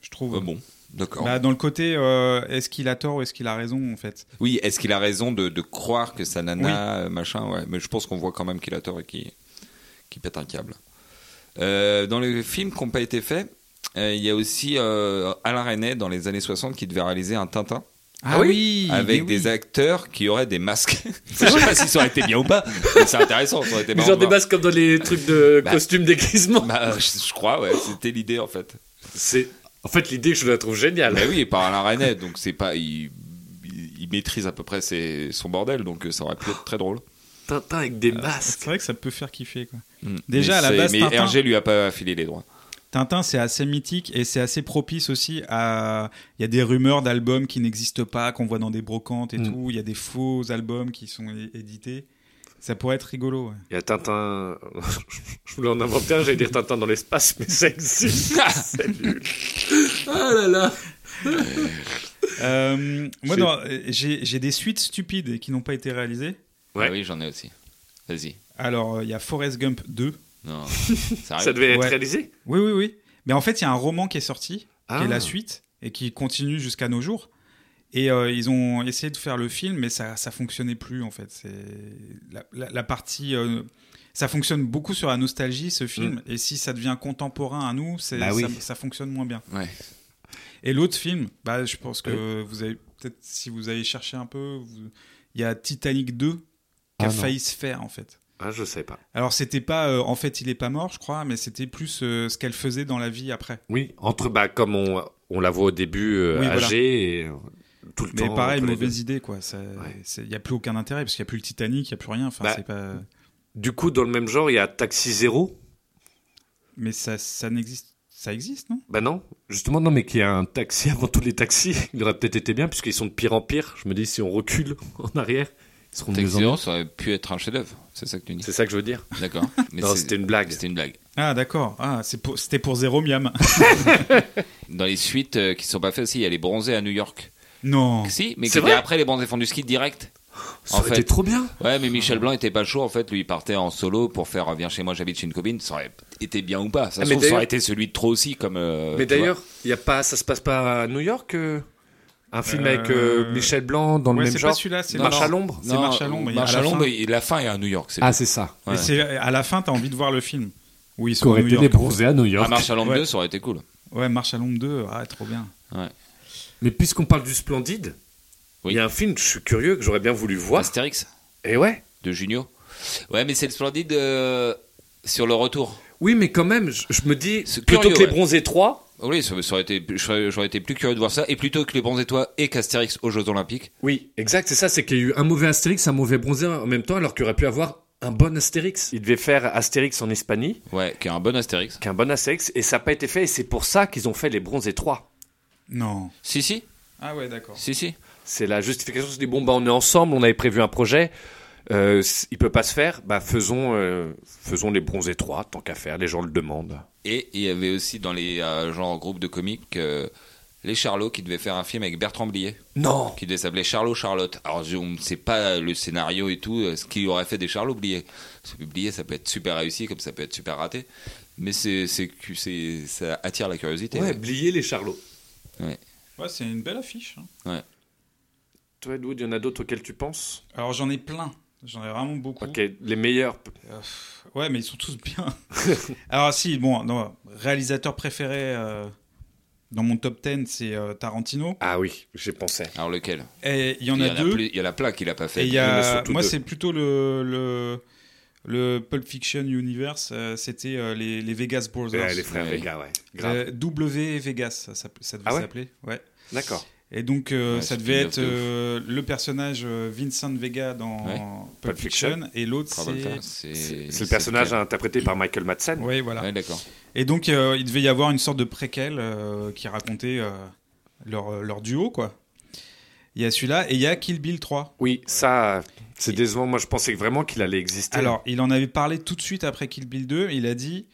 Speaker 5: Je trouve.
Speaker 3: Ah bon, d'accord.
Speaker 5: Bah, dans le côté, euh, est-ce qu'il a tort ou est-ce qu'il a raison, en fait
Speaker 3: Oui, est-ce qu'il a raison de, de croire que sa nana, euh, machin ouais. Mais je pense qu'on voit quand même qu'il a tort et qu'il qu'il pète un câble. Euh, dans les films qui n'ont pas été faits, euh, il y a aussi euh, Alain René dans les années 60 qui devait réaliser un Tintin.
Speaker 5: Ah oui,
Speaker 3: Avec
Speaker 5: mais oui.
Speaker 3: des acteurs qui auraient des masques. [laughs] je sais pas si ça aurait été bien ou pas, mais c'est intéressant. Ça aurait été marrant de voir.
Speaker 4: comme dans les trucs de
Speaker 3: ben, Bah.
Speaker 4: costume déguisement.
Speaker 3: Bah, je, je crois, ouais, c'était l'idée en fait.
Speaker 4: C'est en fait l'idée, je la trouve géniale.
Speaker 3: Bah oui, et par Alain René, donc c'est pas. Il, il- il maîtrise à peu près ses- son bordel, donc euh, ça aurait pu être très drôle.
Speaker 4: Tintin avec des masques.
Speaker 5: C'est vrai que ça peut faire kiffer, quoi.
Speaker 3: Mm.
Speaker 5: Hmm. Déjà, à la
Speaker 3: c'est-
Speaker 5: base,
Speaker 3: mais
Speaker 5: Tintin-
Speaker 3: Hergé lui a pas affilé les droits.
Speaker 5: Tintin, c'est assez mythique et c'est assez propice aussi à. Il y a des rumeurs d'albums qui n'existent pas, qu'on voit dans des brocantes et
Speaker 4: Mm.
Speaker 5: tout. Il y a des faux albums qui sont é- édités. Ça pourrait être rigolo. ouais.
Speaker 4: Il y a Tintin. [laughs] je voulais en inventer un, j'allais dire Tintin dans l'espace, mais ça existe. C'est nul. Ah là là.
Speaker 5: Euh, moi,
Speaker 4: C'est-
Speaker 5: dans- euh, j'ai j'ai des suites stupides et qui n'ont pas été réalisées.
Speaker 4: Ouais.
Speaker 3: Ah oui, j'en ai aussi. Vas-y.
Speaker 5: Alors, euh, il y a Forrest Gump 2. [laughs]
Speaker 3: Non. Ah,
Speaker 4: Ça devait être
Speaker 5: Ouais.
Speaker 4: réalisé
Speaker 5: Oui, oui, oui. Mais en fait, il y a un roman qui est sorti,
Speaker 4: Ah.
Speaker 5: qui est la suite, et qui continue jusqu'à nos jours. Et euh, ils ont essayé de faire le film, mais ça ça fonctionnait plus, en fait. C'est la, la- la partie... euh, ça fonctionne beaucoup sur la nostalgie, ce film. Et si ça devient contemporain à nous, c'est-
Speaker 3: Bah oui.
Speaker 5: ça, ça fonctionne moins bien.
Speaker 3: Ouais.
Speaker 5: Et l'autre film, bah, je pense que vous avez... Peut-être si vous avez cherché un peu... vous- Il y a Titanic 2 qui a
Speaker 4: Ah non.
Speaker 5: failli se faire, en fait.
Speaker 4: ah, Je sais pas.
Speaker 5: Alors, c'était pas... euh, en fait, il est pas mort, je crois, mais c'était plus euh, ce qu'elle faisait dans la vie après.
Speaker 4: Oui, entre bah, comme on, on la voit au début euh,
Speaker 5: Oui, voilà.
Speaker 4: âgée, et, euh, tout le
Speaker 5: Mais
Speaker 4: temps.
Speaker 5: pareil,
Speaker 4: entre les
Speaker 5: mauvaise
Speaker 4: deux.
Speaker 5: idée, quoi.
Speaker 4: Ouais.
Speaker 5: Il n'y a plus aucun intérêt, parce qu'il n'y a plus le Titanic, il n'y a plus rien. Enfin,
Speaker 4: Bah.
Speaker 5: c'est pas...
Speaker 4: Du coup, dans le même genre, il y a Taxi Zéro.
Speaker 5: Mais ça, ça n'existe. Ça existe, non
Speaker 4: Bah non, justement, non, mais qui a un taxi [laughs] avant tous les taxis. Il aurait peut-être été bien, puisqu'ils sont de pire en pire. Je me dis, si on recule [laughs] en arrière, ils seront de mieux en mieux.
Speaker 3: Texan, ça aurait pu être un chef-d'œuvre. C'est ça que tu dis.
Speaker 4: C'est ça que je veux dire. [laughs]
Speaker 3: D'accord. Mais
Speaker 4: non,
Speaker 3: c'est-
Speaker 4: c'était une blague.
Speaker 3: C'était une blague.
Speaker 5: Ah, d'accord. Ah, c'est pour- c'était pour Zéro Miam. [laughs]
Speaker 3: Dans les suites euh, qui sont pas faites, si, il y a les bronzés à New York.
Speaker 5: non.
Speaker 3: Si, mais
Speaker 4: Oh. C'est
Speaker 3: qui étaient
Speaker 4: vrai
Speaker 3: après les bronzés font du ski direct.
Speaker 4: Ça
Speaker 3: En
Speaker 4: aurait
Speaker 3: fait- euh,
Speaker 4: été trop bien.
Speaker 3: Ouais, mais Michel Blanc était pas chaud. En fait, lui, il partait en solo pour faire euh, Viens chez moi, j'habite chez une copine. Ça aurait été bien ou pas. Ça,
Speaker 4: Ah,
Speaker 3: se
Speaker 4: mais
Speaker 3: trouve, ça aurait
Speaker 4: d'ailleurs-
Speaker 3: été celui de trop aussi. Comme, euh,
Speaker 4: mais
Speaker 3: tu vois.
Speaker 4: d'ailleurs, il y a pas, ça se passe pas à New York euh, Un film avec euh,
Speaker 5: Euh,
Speaker 4: Michel Blanc dans le
Speaker 5: ouais,
Speaker 4: même
Speaker 5: c'est
Speaker 4: genre
Speaker 5: pas celui-là, c'est
Speaker 4: Marche
Speaker 5: le-
Speaker 4: à l'ombre
Speaker 5: c'est Marche à l'ombre, et
Speaker 3: Marche à
Speaker 5: à la
Speaker 3: l'ombre,
Speaker 5: fin-
Speaker 3: et la fin est à New York. c'est
Speaker 4: Ah, c'est ça.
Speaker 5: Mais c'est- à la fin, t'as envie de voir le film. Oui, ils sont
Speaker 4: Qu'aurait
Speaker 5: à New
Speaker 4: été les
Speaker 5: York.
Speaker 4: bronzés à New York.
Speaker 3: Ah, Marche à l'ombre
Speaker 5: Ouais.
Speaker 3: 2, ça aurait été cool.
Speaker 5: Ouais, Marche à l'ombre 2, ah, trop bien.
Speaker 4: Mais puisqu'on parle du Splendide, il
Speaker 3: Oui.
Speaker 4: y a un film que je suis curieux, que j'aurais bien voulu voir.
Speaker 3: Astérix
Speaker 4: Et ouais.
Speaker 3: de Junio. Ouais, mais c'est le splendide euh, sur le retour.
Speaker 4: Oui, mais quand même, je, je me dis,
Speaker 3: C'est
Speaker 4: plutôt
Speaker 3: curieux,
Speaker 4: que les
Speaker 3: ouais.
Speaker 4: bronzés 3,
Speaker 3: Oui, ça, ça aurait été, j'aurais j'aurais été plus curieux de voir ça. Et plutôt que les bronzés toi et Castérix aux Jeux Olympiques.
Speaker 4: oui, exact, c'est ça, c'est qu'il y a eu un mauvais Astérix, un mauvais bronzé en même temps, alors qu'il aurait pu avoir un bon Astérix. Il devait faire Astérix en Hispanie,
Speaker 3: Ouais, qui est un bon Astérix.
Speaker 4: qu'un bon Astérix, et ça n'a pas été fait, et c'est pour ça qu'ils ont fait les bronzés 3.
Speaker 5: Non.
Speaker 3: Si, si,
Speaker 5: Ah ouais, d'accord.
Speaker 3: si, si.
Speaker 4: C'est la justification, c'est des bon, bah, on est ensemble, on avait prévu un projet, euh, c- il peut pas se faire, bah faisons, euh, faisons les bronzés 3, tant qu'à faire, les gens le demandent.
Speaker 3: Et il y avait aussi dans les euh, genre groupes de comiques euh, les Charlots qui devaient faire un film avec Bertrand Blier,
Speaker 4: Non
Speaker 3: qui devait s'appeler Charlot Charlotte. Alors je- on ne sait pas le scénario et tout, euh, ce qui aurait fait des Charlots Blier. Parce que Blier, ça peut être super réussi comme ça peut être super raté. Mais c'est, c'est, cu- c'est- ça attire la curiosité.
Speaker 4: Ouais,
Speaker 3: ouais.
Speaker 4: oubliez les charlots.
Speaker 5: Ouais, c'est une belle affiche. hein.
Speaker 4: Toi, Edwood, il y en a d'autres auxquels tu penses
Speaker 5: Alors, j'en ai plein. J'en ai vraiment beaucoup.
Speaker 4: Ok, les meilleurs.
Speaker 5: Euh, pff, ouais, mais ils sont tous bien. [laughs] Alors, si, bon, non, réalisateur préféré euh, dans mon top 10, c'est euh, Tarantino.
Speaker 4: Ah oui, j'y pensais.
Speaker 3: Alors lequel
Speaker 5: Et il y en a deux.
Speaker 3: plus- il y en a plein qu'il a pas fait.
Speaker 5: Et il y
Speaker 4: Il y en a
Speaker 5: a,
Speaker 4: surtout
Speaker 5: moi,
Speaker 4: deux.
Speaker 5: c'est plutôt le, le, le Pulp Fiction Universe. euh, C'était euh, les, les Vegas Brothers.
Speaker 4: Ouais, Eh, les frères
Speaker 3: Ouais.
Speaker 4: Vega, ouais. Grave.
Speaker 5: Euh, W Vegas, ça, s'appelait- ça devait
Speaker 4: Ah ouais
Speaker 5: s'appeler. Ouais.
Speaker 4: D'accord.
Speaker 5: Et donc, euh,
Speaker 3: Ouais,
Speaker 5: ça
Speaker 3: c'est
Speaker 5: devait
Speaker 3: une
Speaker 5: être
Speaker 3: offre de
Speaker 5: euh, le personnage euh, Vincent Vega dans
Speaker 4: Ouais.
Speaker 5: Pulp
Speaker 4: Pulp Fiction.
Speaker 5: Fiction, et l'autre,
Speaker 4: Travolta,
Speaker 5: c'est...
Speaker 4: c'est- C'est le personnage hein. interprété par Michael Madsen.
Speaker 5: Oui, voilà.
Speaker 3: Ouais, d'accord.
Speaker 5: Et donc, euh, il devait y avoir une sorte de préquel euh, qui racontait euh, leur, leur duo, quoi. Il y a celui-là, et il y a Kill Bill 3.
Speaker 4: Oui, ça, c'est décevant. Moi, je pensais vraiment qu'il allait exister.
Speaker 5: Alors, il en avait parlé tout de suite après Kill Bill 2. Il a dit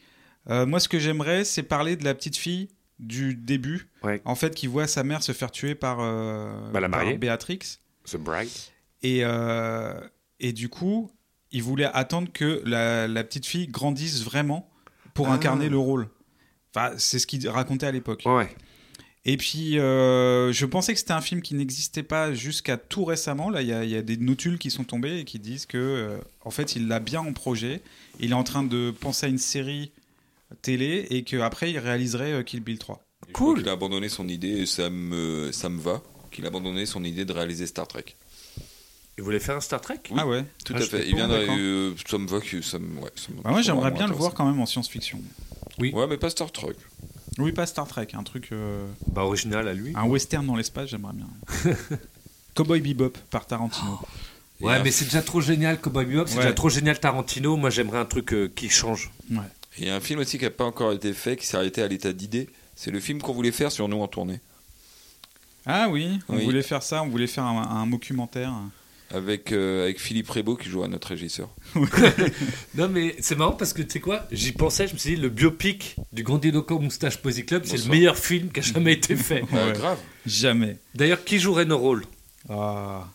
Speaker 5: euh, Moi, ce que j'aimerais, c'est parler de la petite fille du début, en fait, qui voit sa mère se faire tuer par, euh,
Speaker 4: Bah, la
Speaker 5: par
Speaker 4: mariée.
Speaker 5: Béatrix.
Speaker 4: The Bride.
Speaker 5: Et, euh, et du coup, il voulait attendre que la, la petite fille grandisse vraiment pour
Speaker 4: Ah.
Speaker 5: incarner le rôle. Enfin, c'est ce qu'il racontait à l'époque.
Speaker 4: Ouais.
Speaker 5: Et puis, euh, je pensais que c'était un film qui n'existait pas jusqu'à tout récemment. Là, il y, a- il y a des notules qui sont tombées et qui disent que, euh, en fait, il l'a bien en projet. Il est en train de penser à une série télé et qu'après, il réaliserait euh, Kill Bill 3.
Speaker 3: Cool. Il a abandonné son idée et ça me, ça me va qu'il a abandonné son idée de réaliser Star Trek.
Speaker 4: Il voulait faire un Star Trek
Speaker 5: Ah ouais.
Speaker 3: Tout
Speaker 5: Ah,
Speaker 3: à
Speaker 5: j'étais
Speaker 3: fait.
Speaker 5: pas
Speaker 3: Il vient de,
Speaker 5: d'accord.
Speaker 3: euh, ça me va que ça me, ouais, ça me-
Speaker 5: Bah, moi,
Speaker 3: ça me
Speaker 5: j'aimerais
Speaker 3: rend
Speaker 5: bien le voir
Speaker 3: intéressant.
Speaker 5: quand même en science-fiction.
Speaker 3: Ouais, mais pas Star Trek.
Speaker 5: Oui, pas Star Trek, un truc. euh,
Speaker 4: Bah, original à lui.
Speaker 5: Un western dans l'espace,
Speaker 3: [laughs]
Speaker 5: j'aimerais bien. Cowboy Bebop par Tarantino.
Speaker 3: Oh.
Speaker 4: Ouais, mais c'est déjà trop génial, Cowboy Bebop. C'est
Speaker 5: Ouais.
Speaker 4: déjà trop génial, Tarantino. Moi, j'aimerais un truc euh, qui change.
Speaker 3: Et Il y a un film aussi qui n'a pas encore été fait, qui s'est arrêté à l'état d'idée. C'est le film qu'on voulait faire sur nous en tournée.
Speaker 5: Ah oui, on
Speaker 3: Oui.
Speaker 5: voulait faire ça, on voulait faire un, un documentaire.
Speaker 3: Avec, euh, avec Philippe Rébaud qui joue à notre régisseur.
Speaker 4: Non, mais c'est marrant parce que tu sais quoi J'y pensais, je me suis dit, le biopic du Grand Dinoco Moustache Posy Club, c'est le
Speaker 3: Bonsoir.
Speaker 4: meilleur film qui a [laughs] jamais été fait.
Speaker 5: Ah,
Speaker 3: Ouais, Euh, grave.
Speaker 5: Jamais.
Speaker 4: D'ailleurs, qui jouerait nos rôles
Speaker 5: Ah.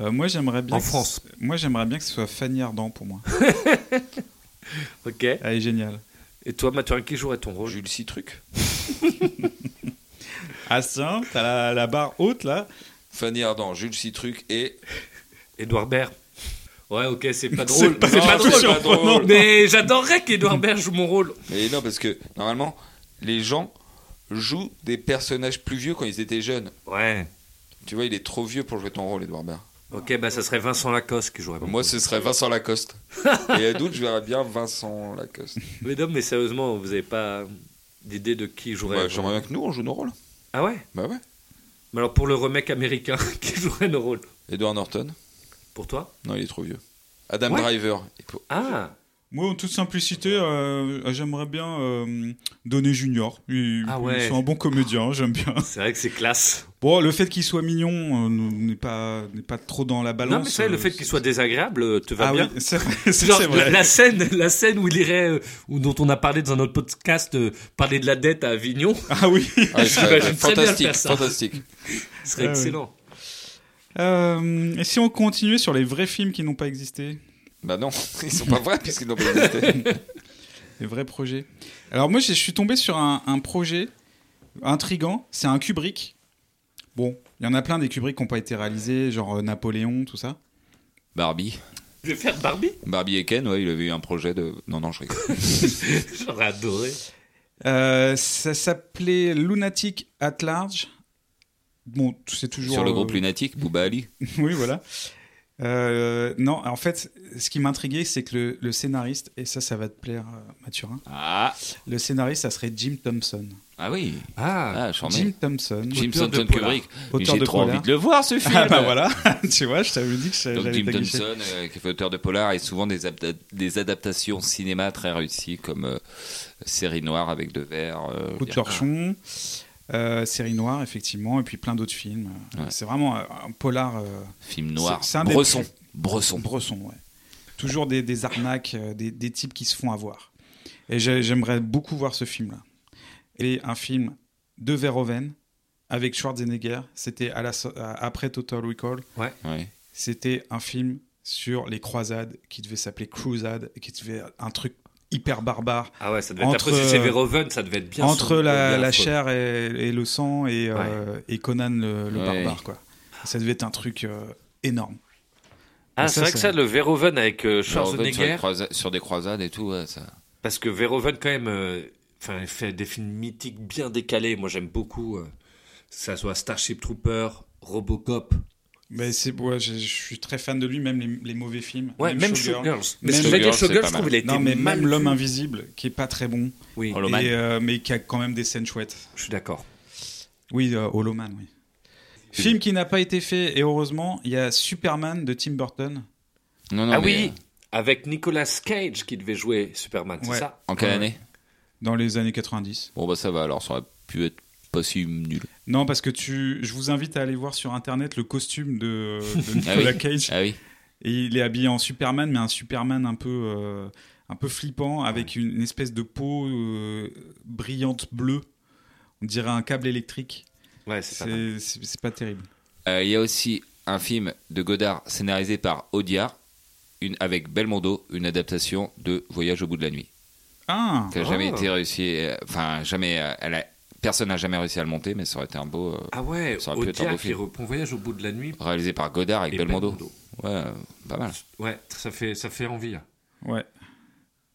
Speaker 5: Euh, moi j'aimerais bien
Speaker 4: En
Speaker 5: que ce-
Speaker 4: France.
Speaker 5: moi j'aimerais bien que ce soit Fanny Ardant pour moi.
Speaker 4: Ok.
Speaker 5: Elle est géniale.
Speaker 4: Et toi, Mathurin, qui jouerait ton rôle
Speaker 3: Jules Citruc.
Speaker 5: Ah tiens, t'as la, la barre haute là.
Speaker 3: Fanny Ardant, Jules Citruc
Speaker 5: [laughs]
Speaker 3: et.
Speaker 4: Edouard Baird. Ouais, ok, [laughs] c'est pas
Speaker 3: C'est
Speaker 4: drôle.
Speaker 3: pas-
Speaker 4: C'est
Speaker 3: non,
Speaker 4: pas,
Speaker 3: c'est
Speaker 4: drôle.
Speaker 3: pas drôle.
Speaker 4: Mais j'adorerais qu'Edouard Baird joue mon rôle.
Speaker 3: Mais non, parce que normalement, les gens jouent des personnages plus vieux quand ils étaient jeunes.
Speaker 4: Ouais.
Speaker 3: Tu vois, il est trop vieux pour jouer ton rôle, Edouard Baird.
Speaker 4: Ok, bah ça serait Vincent Lacoste qui jouerait mon
Speaker 3: Moi,
Speaker 4: rôle.
Speaker 3: ce serait Vincent
Speaker 5: [laughs]
Speaker 3: Lacoste. Et adulte, je verrais bien Vincent Lacoste.
Speaker 4: Mais non, mais sérieusement, vous avez pas d'idée de qui jouerait
Speaker 3: Bah, J'aimerais bien que nous, on joue nos rôles.
Speaker 4: Ah ouais
Speaker 3: Bah ouais.
Speaker 4: Mais alors pour le remake américain, [laughs] qui jouerait nos rôles
Speaker 3: Edouard Norton.
Speaker 4: Pour toi
Speaker 3: Non, il est trop vieux. Adam
Speaker 4: Ouais.
Speaker 3: Driver. Il faut-
Speaker 4: Ah
Speaker 5: Moi en toute simplicité, euh, j'aimerais bien euh, Donner Junior. Il,
Speaker 4: Ah ouais.
Speaker 5: il soit un bon comédien, hein, j'aime bien.
Speaker 4: C'est vrai que c'est classe.
Speaker 5: Bon, le fait qu'il soit mignon euh, n'est pas n'est pas trop dans la balance.
Speaker 4: non, mais c'est vrai, le
Speaker 5: euh,
Speaker 4: fait qu'il soit désagréable euh, te va
Speaker 5: Ah oui, [laughs]
Speaker 4: bien.
Speaker 5: c'est vrai, ça,
Speaker 4: Genre,
Speaker 5: c'est
Speaker 4: [laughs]
Speaker 5: vrai.
Speaker 4: La scène, la scène où il irait, euh, ou dont on a parlé dans un autre podcast, euh, parler de la dette à Avignon, [laughs]
Speaker 5: Ah oui.
Speaker 3: Ah, il serait-
Speaker 4: J'imagine très bien le
Speaker 3: fantastique,
Speaker 4: faire, ça.
Speaker 3: fantastique.
Speaker 4: ce serait
Speaker 5: Ah oui.
Speaker 4: excellent.
Speaker 5: Euh, et si on continuait sur les vrais films qui n'ont pas existé
Speaker 3: Bah non, [laughs] ils sont pas vrais puisqu'ils n'ont pas existé.
Speaker 5: Les vrais projets. Alors moi, je suis tombé sur un, un projet intrigant. C'est un Kubrick. Bon, il y en a plein des Kubrick qui n'ont pas été réalisés, genre euh, Napoléon, tout ça.
Speaker 3: Barbie.
Speaker 4: Je vais faire Barbie
Speaker 3: Barbie et Ken, ouais, il avait eu un projet de. Non, non, je rigole.
Speaker 4: J'aurais adoré.
Speaker 5: Euh, ça s'appelait Lunatic at Large. Bon, t- c'est toujours...
Speaker 3: Sur le
Speaker 5: euh,
Speaker 3: groupe Lunatique, Booba Ali.
Speaker 5: [laughs] oui, voilà. Euh, non, en fait, ce qui m'intriguait, c'est que le, le scénariste, et ça, ça va te plaire, euh, Mathurin,
Speaker 3: Ah,
Speaker 5: le scénariste, ça serait Jim Thompson.
Speaker 3: ah oui.
Speaker 4: Ah,
Speaker 3: Ah, je
Speaker 5: Jim
Speaker 3: Jim,
Speaker 5: Thompson.
Speaker 3: Jim
Speaker 4: auteur de
Speaker 3: Thompson
Speaker 4: Polar.
Speaker 3: Kubrick. Mais
Speaker 5: Auteur
Speaker 3: J'ai
Speaker 5: de
Speaker 3: trop
Speaker 5: Polar.
Speaker 3: envie de le voir ce
Speaker 5: [laughs]
Speaker 3: film.
Speaker 5: Ah bah voilà, tu vois, je t'avais dit que
Speaker 3: Donc
Speaker 5: j'allais
Speaker 3: Jim
Speaker 5: t'aguicher.
Speaker 3: Thompson, euh, qui est auteur de Polar, et souvent des, abda- des adaptations cinéma très réussies comme euh, Série Noire avec De Verre. euh,
Speaker 5: Coup de torchon, euh, série noire, effectivement, et puis plein d'autres films. Euh,
Speaker 3: Ouais.
Speaker 5: C'est vraiment euh, un polar euh,
Speaker 3: Film noir.
Speaker 5: C'est- c'est un des-
Speaker 3: Bresson. Bresson.
Speaker 5: bresson, ouais. Toujours des, des arnaques, euh, des, des types qui se font avoir. Et j'ai- j'aimerais beaucoup voir ce film-là. Et un film de Verhoeven avec Schwarzenegger, c'était à la so- à- après Total Recall,
Speaker 3: Ouais.
Speaker 5: c'était un film sur les croisades qui devait s'appeler Crusade, et qui devait être un truc hyper barbare.
Speaker 4: Ah ouais, ça devait être.
Speaker 5: Entre,
Speaker 4: Après, si c'est
Speaker 5: euh,
Speaker 4: Verhoeven, ça devait être bien.
Speaker 5: entre
Speaker 4: sombre,
Speaker 5: la,
Speaker 4: bien
Speaker 5: la
Speaker 4: affreux.
Speaker 5: chair et, et le sang et, euh, et Conan le, le
Speaker 3: Ouais.
Speaker 5: barbare quoi. Ça devait être un truc euh, énorme.
Speaker 4: Ah,
Speaker 5: ça,
Speaker 4: c'est vrai
Speaker 5: ça-
Speaker 4: que ça, le Verhoeven avec euh,
Speaker 3: Verhoeven Sur, les
Speaker 4: Schwarzenegger,
Speaker 3: croisa- sur des croisades et tout, ouais, ça.
Speaker 4: parce que Verhoeven, quand même, euh, enfin, il fait des films mythiques bien décalés. Moi, j'aime beaucoup. euh, que ça soit Starship Trooper, Robocop.
Speaker 5: Mais c'est ouais, je, je suis très fan de lui, même les, les mauvais films.
Speaker 4: Ouais, même
Speaker 5: Showgirl.
Speaker 4: Showgirls. Mais ce que
Speaker 5: Showgirls,
Speaker 4: j'allais dire,
Speaker 3: c'est
Speaker 4: Showgirls,
Speaker 3: pas
Speaker 4: je trouve,
Speaker 3: mal.
Speaker 4: il a été
Speaker 5: Non mais
Speaker 4: mal
Speaker 5: même l'homme Oh,
Speaker 4: vu. Oh,
Speaker 5: invisible qui est pas très bon,
Speaker 4: Oui,
Speaker 3: Hollow Man.
Speaker 5: et, euh, mais qui a quand même des scènes chouettes.
Speaker 4: je suis d'accord.
Speaker 5: Oui, euh, Holoman, oui. Film qui n'a pas été fait, et heureusement, il y a Superman de Tim Burton.
Speaker 3: Non,
Speaker 4: ah oui, avec Nicolas Cage qui devait jouer Superman,
Speaker 5: Ouais.
Speaker 4: c'est ça
Speaker 3: En quelle
Speaker 5: Ouais.
Speaker 3: année
Speaker 5: Dans les années 90.
Speaker 3: Bon, bah ça va alors, ça aurait pu être pas si nul.
Speaker 5: Non, parce que tu, je vous invite à aller voir sur internet le costume de, de
Speaker 3: Ah
Speaker 5: Nicolas
Speaker 3: oui.
Speaker 5: Cage.
Speaker 3: Ah oui.
Speaker 5: Et il est habillé en Superman, mais un Superman un peu, euh, un peu flippant, avec une, une espèce de peau euh, brillante bleue. On dirait un câble électrique.
Speaker 4: Ouais,
Speaker 5: c'est pas, c'est, c'est pas terrible.
Speaker 3: Euh, Il y a aussi un film de Godard scénarisé par Audiard, une, avec Belmondo, une adaptation de Voyage au bout de la nuit.
Speaker 5: Ah
Speaker 3: qui a jamais
Speaker 4: Ah.
Speaker 3: été réussi. euh, Enfin, jamais. euh, elle a- personne n'a jamais réussi à le monter, mais ça aurait été un beau. euh,
Speaker 4: Ah ouais,
Speaker 3: ça aurait pu être un
Speaker 4: Audiard
Speaker 3: beau
Speaker 4: qui
Speaker 3: film.
Speaker 4: reprend Voyage au bout de la nuit.
Speaker 3: Réalisé par Godard avec
Speaker 4: Et
Speaker 3: Belmondo.
Speaker 4: Belmondo.
Speaker 3: Ouais, euh, pas mal.
Speaker 4: Ouais, ça fait, ça fait envie. hein.
Speaker 5: Ouais.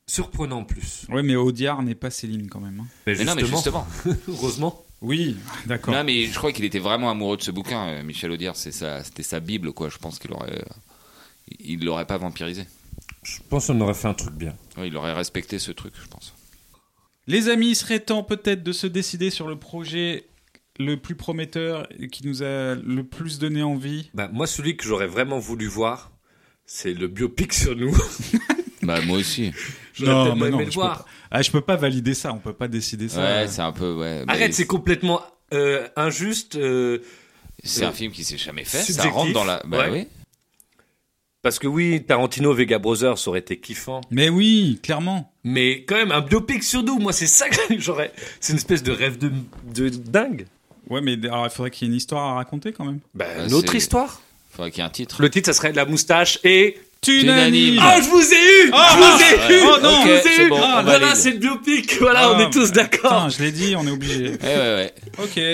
Speaker 4: Surprenant en plus.
Speaker 5: Ouais, mais Audiard n'est pas Céline quand même. hein.
Speaker 3: Mais non, mais justement.
Speaker 4: [laughs] Heureusement.
Speaker 5: Oui, [laughs] d'accord.
Speaker 3: Non, mais je crois qu'il était vraiment amoureux de ce bouquin. euh, Michel Audiard, c'est sa- c'était sa bible, quoi. Je pense qu'il aurait. euh, Il l'aurait pas vampirisé.
Speaker 13: Je pense qu'on aurait fait un truc bien.
Speaker 3: Ouais, il aurait respecté ce truc, je pense.
Speaker 5: Les amis, il serait temps peut-être de se décider sur le projet le plus prometteur et qui nous a le plus donné envie.
Speaker 4: Bah, moi, celui que j'aurais vraiment voulu voir, c'est le biopic sur nous. [laughs]
Speaker 3: Bah, moi aussi.
Speaker 4: J'aurais tellement
Speaker 5: mais
Speaker 4: aimé le
Speaker 5: je
Speaker 4: voir.
Speaker 5: Peux pas. Ah, je peux pas valider ça, on peut pas décider ça.
Speaker 3: Ouais, c'est un peu. Ouais, bah,
Speaker 4: Arrête,
Speaker 3: il-
Speaker 4: c'est complètement euh, injuste. euh,
Speaker 3: C'est
Speaker 4: euh,
Speaker 3: un film qui s'est jamais fait. Ça
Speaker 4: subjectif.
Speaker 3: rentre dans la. Bah
Speaker 4: Ouais.
Speaker 3: oui.
Speaker 4: Parce que oui, Tarantino, Vega Brothers, ça aurait été kiffant.
Speaker 5: Mais oui, clairement.
Speaker 4: Mais quand même, un biopic sur nous, moi, c'est ça que [laughs] j'aurais. C'est une espèce de rêve de, de dingue.
Speaker 5: Ouais, mais alors il faudrait qu'il y ait une histoire à raconter quand même.
Speaker 4: Bah,
Speaker 3: Ouais,
Speaker 4: une autre
Speaker 3: c'est-
Speaker 4: histoire.
Speaker 3: Faudrait qu'il y ait un titre.
Speaker 4: Le titre, ça serait La moustache et.
Speaker 3: Unanime.
Speaker 5: Ah,
Speaker 4: Oh, je vous ai eu Je vous ai eu
Speaker 5: Oh non,
Speaker 3: Ok,
Speaker 4: ah, Je vous ai
Speaker 3: c'est
Speaker 4: eu Ah,
Speaker 3: bon, on
Speaker 4: Voilà,
Speaker 3: valide.
Speaker 4: c'est le biopic. Voilà, on
Speaker 5: Ah,
Speaker 4: est tous d'accord.
Speaker 5: Putain, je l'ai dit, on est obligé.
Speaker 3: Ouais, ouais, ouais.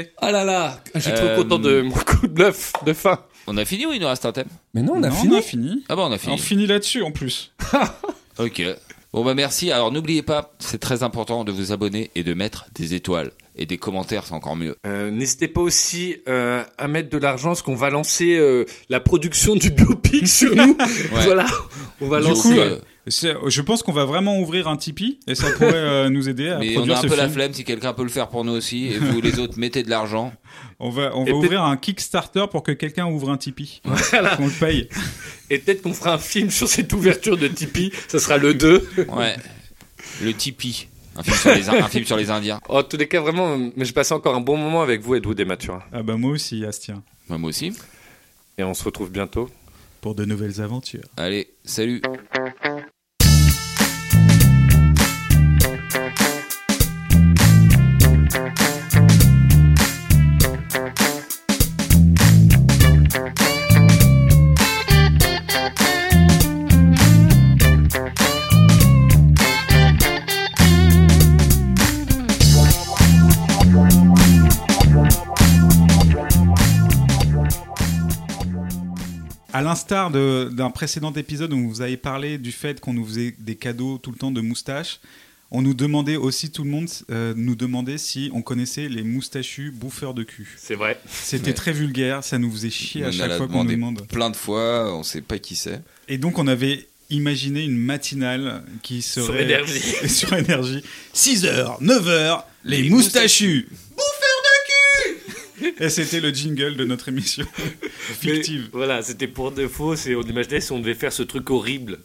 Speaker 5: ok.
Speaker 4: Ah là là, j'ai
Speaker 3: Euh,
Speaker 4: trop content de mon coup de bluff de fin.
Speaker 3: On a fini ou il nous reste un thème
Speaker 13: Mais non, on a
Speaker 5: Non,
Speaker 13: fini.
Speaker 5: On a fini.
Speaker 3: Ah bah on a fini.
Speaker 5: On finit là-dessus en plus.
Speaker 3: Ok. Bon bah merci. Alors n'oubliez pas, c'est très important de vous abonner et de mettre des étoiles et des commentaires, c'est encore mieux.
Speaker 4: Euh, N'hésitez pas aussi euh, à mettre de l'argent parce qu'on va lancer euh, la production du biopic
Speaker 3: [laughs]
Speaker 4: sur nous. Voilà, on va
Speaker 3: Du
Speaker 4: lancer. [laughs]
Speaker 3: coup,
Speaker 4: euh,
Speaker 3: euh,
Speaker 5: C'est- Je pense qu'on va vraiment ouvrir un Tipeee et ça pourrait euh, nous aider à
Speaker 3: mais on
Speaker 5: produire
Speaker 3: a un
Speaker 5: ce
Speaker 3: peu la
Speaker 5: film.
Speaker 3: flemme si quelqu'un peut le faire pour nous aussi et vous les autres mettez de l'argent.
Speaker 5: On va, on
Speaker 4: Et
Speaker 5: va ouvrir un Kickstarter pour que quelqu'un ouvre un Tipeee. [laughs] Qu'on le paye.
Speaker 4: et peut-être qu'on fera un film sur cette ouverture de Tipeee. Ça sera le 2.
Speaker 3: Ouais. Le Tipeee. Un film sur les, un film sur les Indiens.
Speaker 4: en tous les cas, vraiment, mais je passais encore un bon moment avec vous, Edwood et Mathurin.
Speaker 5: Ah bah moi aussi, Astien.
Speaker 3: Bah, moi aussi.
Speaker 4: Et on se retrouve bientôt.
Speaker 5: Pour de nouvelles aventures.
Speaker 3: Allez, salut.
Speaker 5: À l'instar de- d'un précédent épisode où vous avez parlé du fait qu'on nous faisait des cadeaux tout le temps de moustaches, on nous demandait aussi, tout le monde euh, nous demandait si on connaissait les moustachus bouffeurs de cul.
Speaker 4: C'est vrai.
Speaker 5: C'était
Speaker 3: Ouais.
Speaker 5: très vulgaire, ça nous faisait chier à
Speaker 3: on a
Speaker 5: chaque
Speaker 3: la
Speaker 5: fois qu'on nous
Speaker 3: demandé
Speaker 5: demande.
Speaker 3: plein de fois, on sait pas qui c'est.
Speaker 5: Et donc on avait imaginé une matinale qui serait...
Speaker 4: Sur énergie.
Speaker 5: [laughs] sur énergie. 6h, 9h, les, moustachus Bouffeurs de cul Et c'était le jingle de notre émission
Speaker 4: Mais
Speaker 5: fictive.
Speaker 4: voilà, c'était pour de faux et on imaginait si on devait faire ce truc horrible.